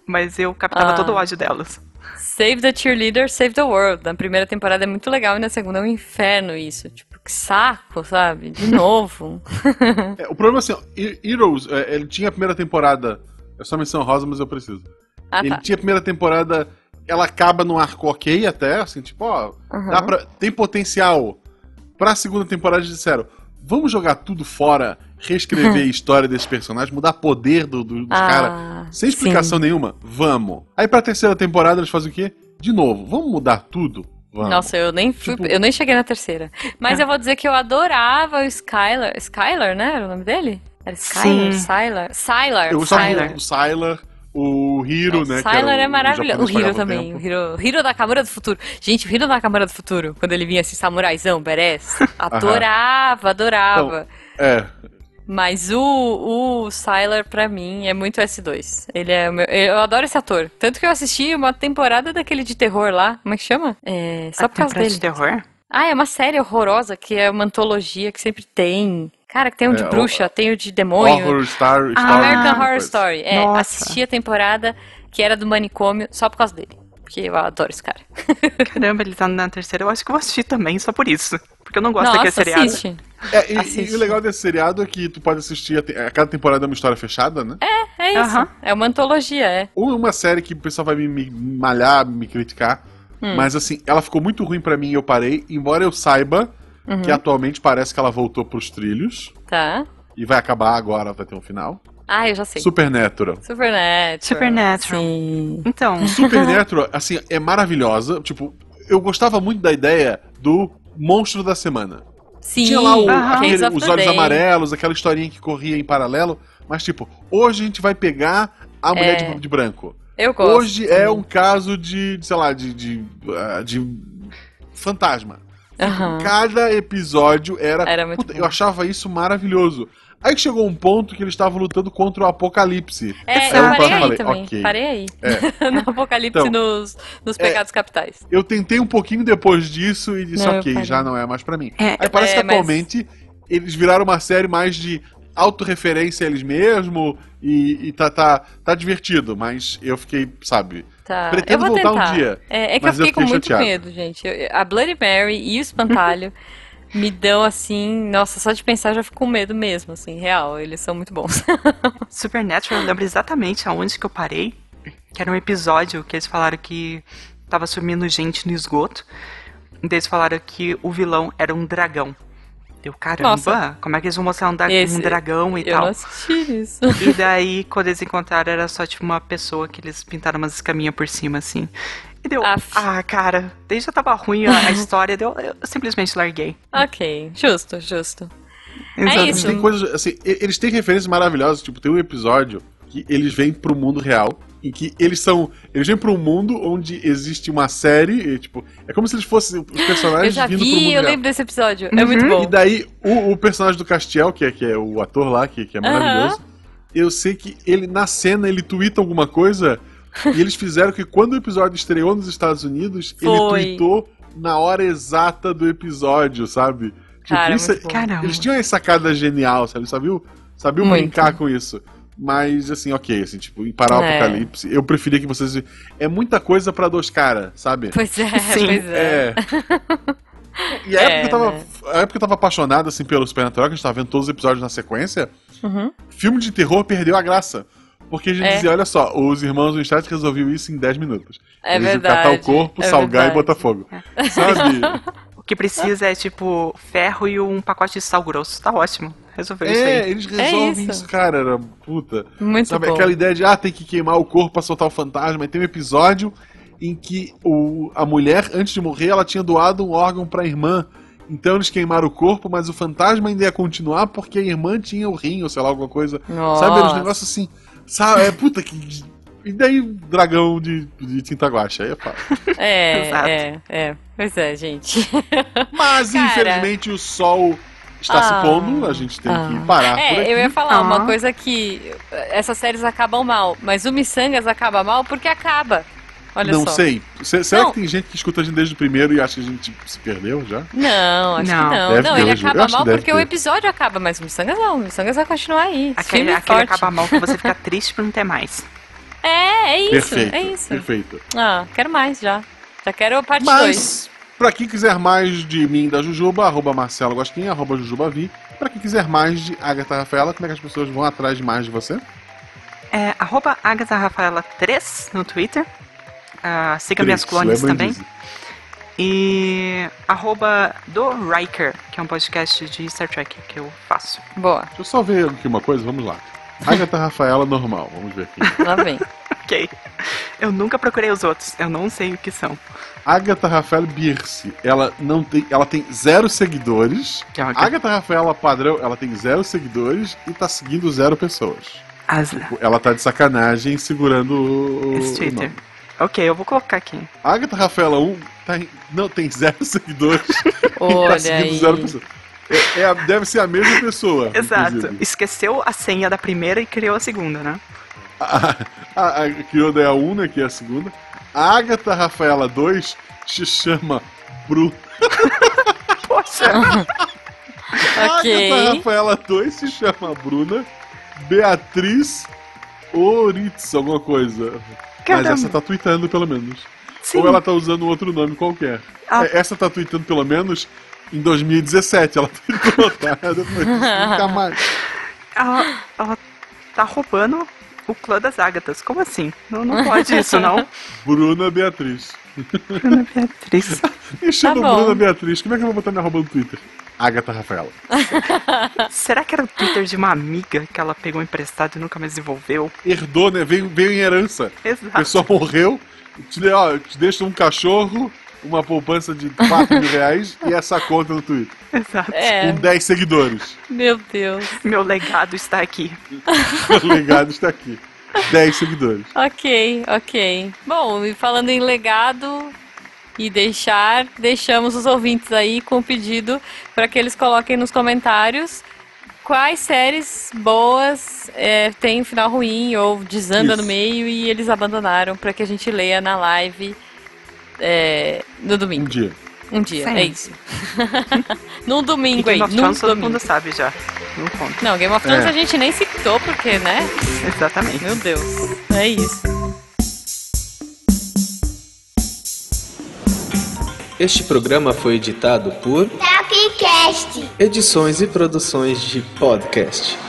C: mas eu captava
A: Ah.
C: todo o ódio delas.
A: Save the Cheerleader, Save the World. Na primeira temporada é muito legal e na segunda é um inferno isso. Tipo, que saco, sabe? De novo.
B: É, o problema é assim, ó, He- Heroes, é, ele tinha a primeira temporada. É só menção rosa, mas eu preciso.
A: Ah,
B: ele
A: tá.
B: tinha a primeira temporada, ela acaba num arco ok até, assim, tipo, ó,
A: Aham.
B: dá pra, tem potencial. Pra segunda temporada eles disseram, vamos jogar tudo fora, reescrever a história desse personagem, mudar poder do, do- dos
A: Ah,
B: caras, sem
A: sim.
B: explicação nenhuma, vamos. Aí pra terceira temporada eles fazem o quê? De novo, vamos mudar tudo? Vamos.
A: Nossa, eu nem fui,
B: Tipo- É.
A: eu nem cheguei na terceira. Mas eu vou dizer que eu adorava o Skylar. Skylar, né? Era o nome dele? Era Skylar?
C: Sim.
A: Sylar? Sylar.
B: eu gostava muito
A: Sylar.
B: do Sylar, o Hiro, né? que era
A: Sylar
B: o-
A: é maravilhoso.
B: japonês
A: O Hiro
B: pagava
A: também.
B: tempo.
A: O Hiro, o Hiro da Câmara do Futuro. Gente, o Hiro da Câmara do Futuro, quando ele vinha assim, samuraizão, berés. Adorava, adorava.
B: É,
A: Mas o, o Sylar, pra mim, é muito S2. Ele é o meu- Eu adoro esse ator. Tanto que eu assisti uma temporada daquele de terror lá. Como é que chama? É, só
C: A
A: por causa
C: temporada
A: dele.
C: um de terror?
A: Ah, é uma série horrorosa que é uma antologia que sempre tem. Cara, que tem um de
B: É, o-
A: bruxa, tem o de demônio.
B: Horror Star, Story.
A: American
C: Ah,
A: Horror Story. É,
C: Nossa.
A: assisti a temporada que era do manicômio só por causa dele. Porque eu adoro esse cara.
C: Caramba, ele tá na terceira. Eu acho que eu vou assistir também, só por isso. Porque eu não gosto daquele
A: Nossa,
C: seriado.
A: assiste.
B: É, e- e,
A: Assiste.
B: o legal desse seriado é que tu pode assistir a, te- a cada temporada é uma história fechada, né? É.
A: É isso.
C: Aham.
A: É uma antologia, é.
B: Ou uma série que o pessoal vai me, me malhar, me criticar.
A: Hum.
B: Mas assim, ela ficou muito ruim pra mim e eu parei, embora eu saiba
A: Uhum.
B: que atualmente parece que ela voltou pros trilhos.
A: Tá.
B: E vai acabar agora, vai ter um final.
A: Ah, eu já sei.
B: Supernatural.
A: Supernatural.
C: Supernatural.
A: Sim.
C: Então,
B: Supernatural, assim, é maravilhosa. Tipo, eu gostava muito da ideia do monstro da semana.
A: Sim.
B: Tinha lá o-
C: Aham.
B: aquele-
A: Kings of
B: os
A: the
B: olhos
A: Day.
B: amarelos, aquela historinha que corria em paralelo. Mas, tipo, hoje a gente vai pegar a mulher
A: É.
B: de, de branco.
A: Eu gosto.
B: Hoje é um caso de, de, sei lá, de. de, ah, de fantasma.
A: Aham.
B: Cada episódio era.
A: Era muito
B: Puta,
A: bom.
B: eu achava isso maravilhoso. Aí que chegou um ponto que eles estavam lutando contra o apocalipse.
A: É,
B: Aí
A: eu
B: eu
A: parei aí
B: falei,
A: também.
B: ok.
A: Parei aí. no Apocalipse
B: Então,
A: nos, nos pecados capitais.
B: Eu tentei um pouquinho depois disso e disse,
A: Não, eu
B: ok,
A: parei.
B: já não é mais pra mim.
C: É,
B: Aí parece
A: é,
B: que
A: mas-
B: atualmente eles viraram uma série mais de autorreferência a eles mesmos e, e tá, tá, tá divertido, mas eu fiquei, sabe,
A: Tá.
B: pretendo
A: Eu vou
B: voltar um
A: tentar.
B: dia,
A: É, é que eu
B: mas eu
A: fiquei com
B: fiquei
A: muito
B: chateado.
A: medo, gente. Eu- a Bloody Mary e o espantalho me dão assim. Nossa, só de pensar eu já fico com medo mesmo, assim, real. Eles são muito bons.
C: Supernatural, eu lembro exatamente aonde que eu parei. Que era um episódio que eles falaram que tava sumindo gente no esgoto. Daí Eles falaram que o vilão era um dragão. Eu, caramba,
A: Nossa.
C: como é que eles vão mostrar um, dra- um
A: Esse-
C: dragão e
A: eu
C: tal?
A: não assisti isso.
C: E daí, quando eles encontraram, era só tipo uma pessoa que eles pintaram umas escaminhas por cima, assim. E deu,
A: Aff.
C: ah, cara, desde já tava ruim a, a história, deu, eu simplesmente larguei.
A: ok, justo, justo.
C: Exato.
A: É isso.
B: Eles têm coisas, assim, e- eles têm referências maravilhosas, tipo, tem um episódio que eles vêm pro mundo real, em que eles são, eles vêm pro mundo onde existe uma série, e, tipo, é como se eles fossem os
A: Eu
B: personagens
A: já
B: vindo pro mundo
A: vi, eu
B: real. Uhum.
A: lembro desse episódio. É muito
B: E
A: bom.
B: daí, o, o personagem do Castiel, que é, que é o ator lá, que, que é maravilhoso, eu sei que ele, na cena, ele twitta alguma coisa, e eles fizeram que quando o episódio estreou nos Estados Unidos,
A: Foi.
B: ele tweetou na hora exata do episódio, sabe? Tipo,
A: Cara, é
B: isso, é,
A: muito bom.
C: Caramba.
B: eles tinham essa sacada genial, sabe? Sabiam, sabiam
A: Muito.
B: brincar com isso. Mas, assim, ok, assim, tipo, em parar o
A: É.
B: apocalipse, eu preferia que vocês. É muita coisa pra dois caras, sabe?
A: Pois é,
C: Sim,
A: pois é.
B: É. E a,
A: É,
B: época que eu tava,
A: né?
B: a época que eu tava apaixonado assim, pelo Supernatural, que a gente tava vendo todos os episódios na sequência,
A: Uhum.
B: filme de terror perdeu a graça. Porque a gente
A: É.
B: dizia, olha só, os irmãos do Stat resolviam isso em 10 minutos.
A: É
B: Eles iam
A: verdade.
B: catar o corpo,
A: é
B: salgar
A: verdade. É.
B: e botar fogo. Sabe?
C: O que precisa é, tipo, ferro e um pacote de sal grosso. Tá ótimo. Resolveu isso aí.
B: é, eles resolvem
A: isso.
B: isso. cara. Era puta.
A: Muito
B: Sabe
A: bom.
B: aquela ideia de, ah, tem que queimar o corpo pra soltar o fantasma. E tem um episódio em que o, a mulher, antes de morrer, ela tinha doado um órgão pra irmã. Então eles queimaram o corpo, mas o fantasma ainda ia continuar porque a irmã tinha o rim, ou sei lá, alguma coisa.
A: Nossa.
B: Sabe, era uns negócios assim. Sabe, é puta que. E daí, dragão de, de tinta guache, aí é fácil.
A: É,
C: Exato.
A: é, é. Pois é, gente.
B: Mas,
A: Cara.
B: infelizmente, o sol está
A: Ah.
B: se pondo, a gente tem
A: Ah.
B: que parar Tá por
A: É,
B: aqui.
A: eu ia falar uma
C: Ah.
A: coisa que eh, essas séries acabam mal, mas o Missangas acaba mal porque acaba. Olha
B: não
A: só.
B: sei. Se- será
A: Não.
B: que tem gente que escuta a gente desde o primeiro e acha que a gente se perdeu já?
A: Não, acho
C: Não.
A: que não.
B: Deve
A: não,
B: ter,
A: ele
B: eu juro. Eu
A: acaba
B: acho que
A: mal
B: deve
A: porque
B: ter.
A: o episódio acaba, mas o Missangas não. O Missangas vai continuar aí.
C: Aquele,
A: firme e
C: aquele
A: forte.
C: acaba mal que você fica triste por não ter mais.
A: É, é isso,
B: perfeito.
A: é isso.
B: Perfeito.
A: Ah, quero mais já. Já quero a parte 2.
B: Mas, pra quem quiser mais de mim e da Jujuba, arroba Marcelo Gostin, arroba Jujubavi. Pra quem quiser mais de Agatha Rafaela, como é que as pessoas vão atrás de mais de você?
C: É, arroba Agatha Rafaela 3 no Twitter. Ah, siga minhas
B: Três, é
C: clones
B: lembrem
C: também.
B: disso.
C: E arroba do Riker, que é um podcast de Star Trek que eu faço.
A: Boa,
B: Deixa eu só ver aqui uma coisa, vamos lá. Agatha Rafaela normal, vamos ver aqui.
A: lá vem.
C: Ok. Eu nunca procurei os outros, eu não sei o que são.
B: Agatha Rafaela Birce, ela não tem, ela tem zero seguidores.
C: é
B: Agatha Rafaela padrão, ela tem zero seguidores e tá seguindo zero pessoas.
C: Asla.
B: Ela tá de sacanagem segurando o,
C: Esse
B: o nome.
C: Twitter. Ok, eu vou colocar aqui.
B: Agatha Rafaela 1 tá em- não tem zero seguidores e tá
A: Olha
B: seguindo
A: aí.
B: zero pessoas. É, é a- deve ser a mesma pessoa.
C: Exato.
B: inclusive.
C: Esqueceu a senha da primeira e criou a segunda, né?
B: A, a, a Kyoda é a 1, né, que é a segunda. A Agatha Rafaela 2 se chama Bruna.
C: Poxa!
B: Ah.
A: Ok.
B: A Agatha Rafaela 2 se chama Bruna. Beatriz Oritz, alguma coisa.
C: Caramba.
B: Mas essa tá tweetando, pelo menos.
C: Sim.
B: Ou ela tá usando outro nome qualquer.
C: Ah.
B: É, Essa tá tweetando pelo menos em 2017. Ela tweetou, tá? Depois disso, nunca mais.
C: Ela, ela tá roubando o clã das Ágatas. Como assim? Não, não pode isso, não.
B: Bruna Beatriz.
C: Bruna Beatriz.
B: Me chama
A: bom.
B: Bruna Beatriz. Como é que eu vou botar minha arroba no Twitter? Agatha Rafaela.
C: Será que era o Twitter de uma amiga que ela pegou emprestado e nunca mais desenvolveu?
B: Herdou, né? Veio, veio em herança. O
C: Exato.
B: pessoal morreu. Te, deu, ó, te deixa um cachorro, uma poupança de 4 mil reais e essa conta no Twitter. tá
C: Exato.
A: É,
B: Com 10 seguidores.
A: meu Deus.
C: Meu legado está aqui.
B: O legado está aqui. 10 seguidores.
A: Ok, ok. Bom, e falando em legado e deixar, deixamos os ouvintes aí com o pedido para que eles coloquem nos comentários quais séries boas é, têm um final ruim ou desanda
B: Isso.
A: no meio e eles abandonaram para que a gente leia na live é, no
B: Um
A: domingo.
B: dia.
A: Um dia,
C: Sim.
A: é isso. num
C: E
A: domingo aí,
C: Game of
A: num
C: Thrones todo
A: domingo.
C: mundo sabe já. Não conta.
A: Não, Game of Thrones
B: É.
A: a gente nem citou porque, né?
C: Exatamente.
A: Meu Deus, é isso.
D: Este programa foi editado por
E: Tapcast.
D: Edições e Produções de Podcast.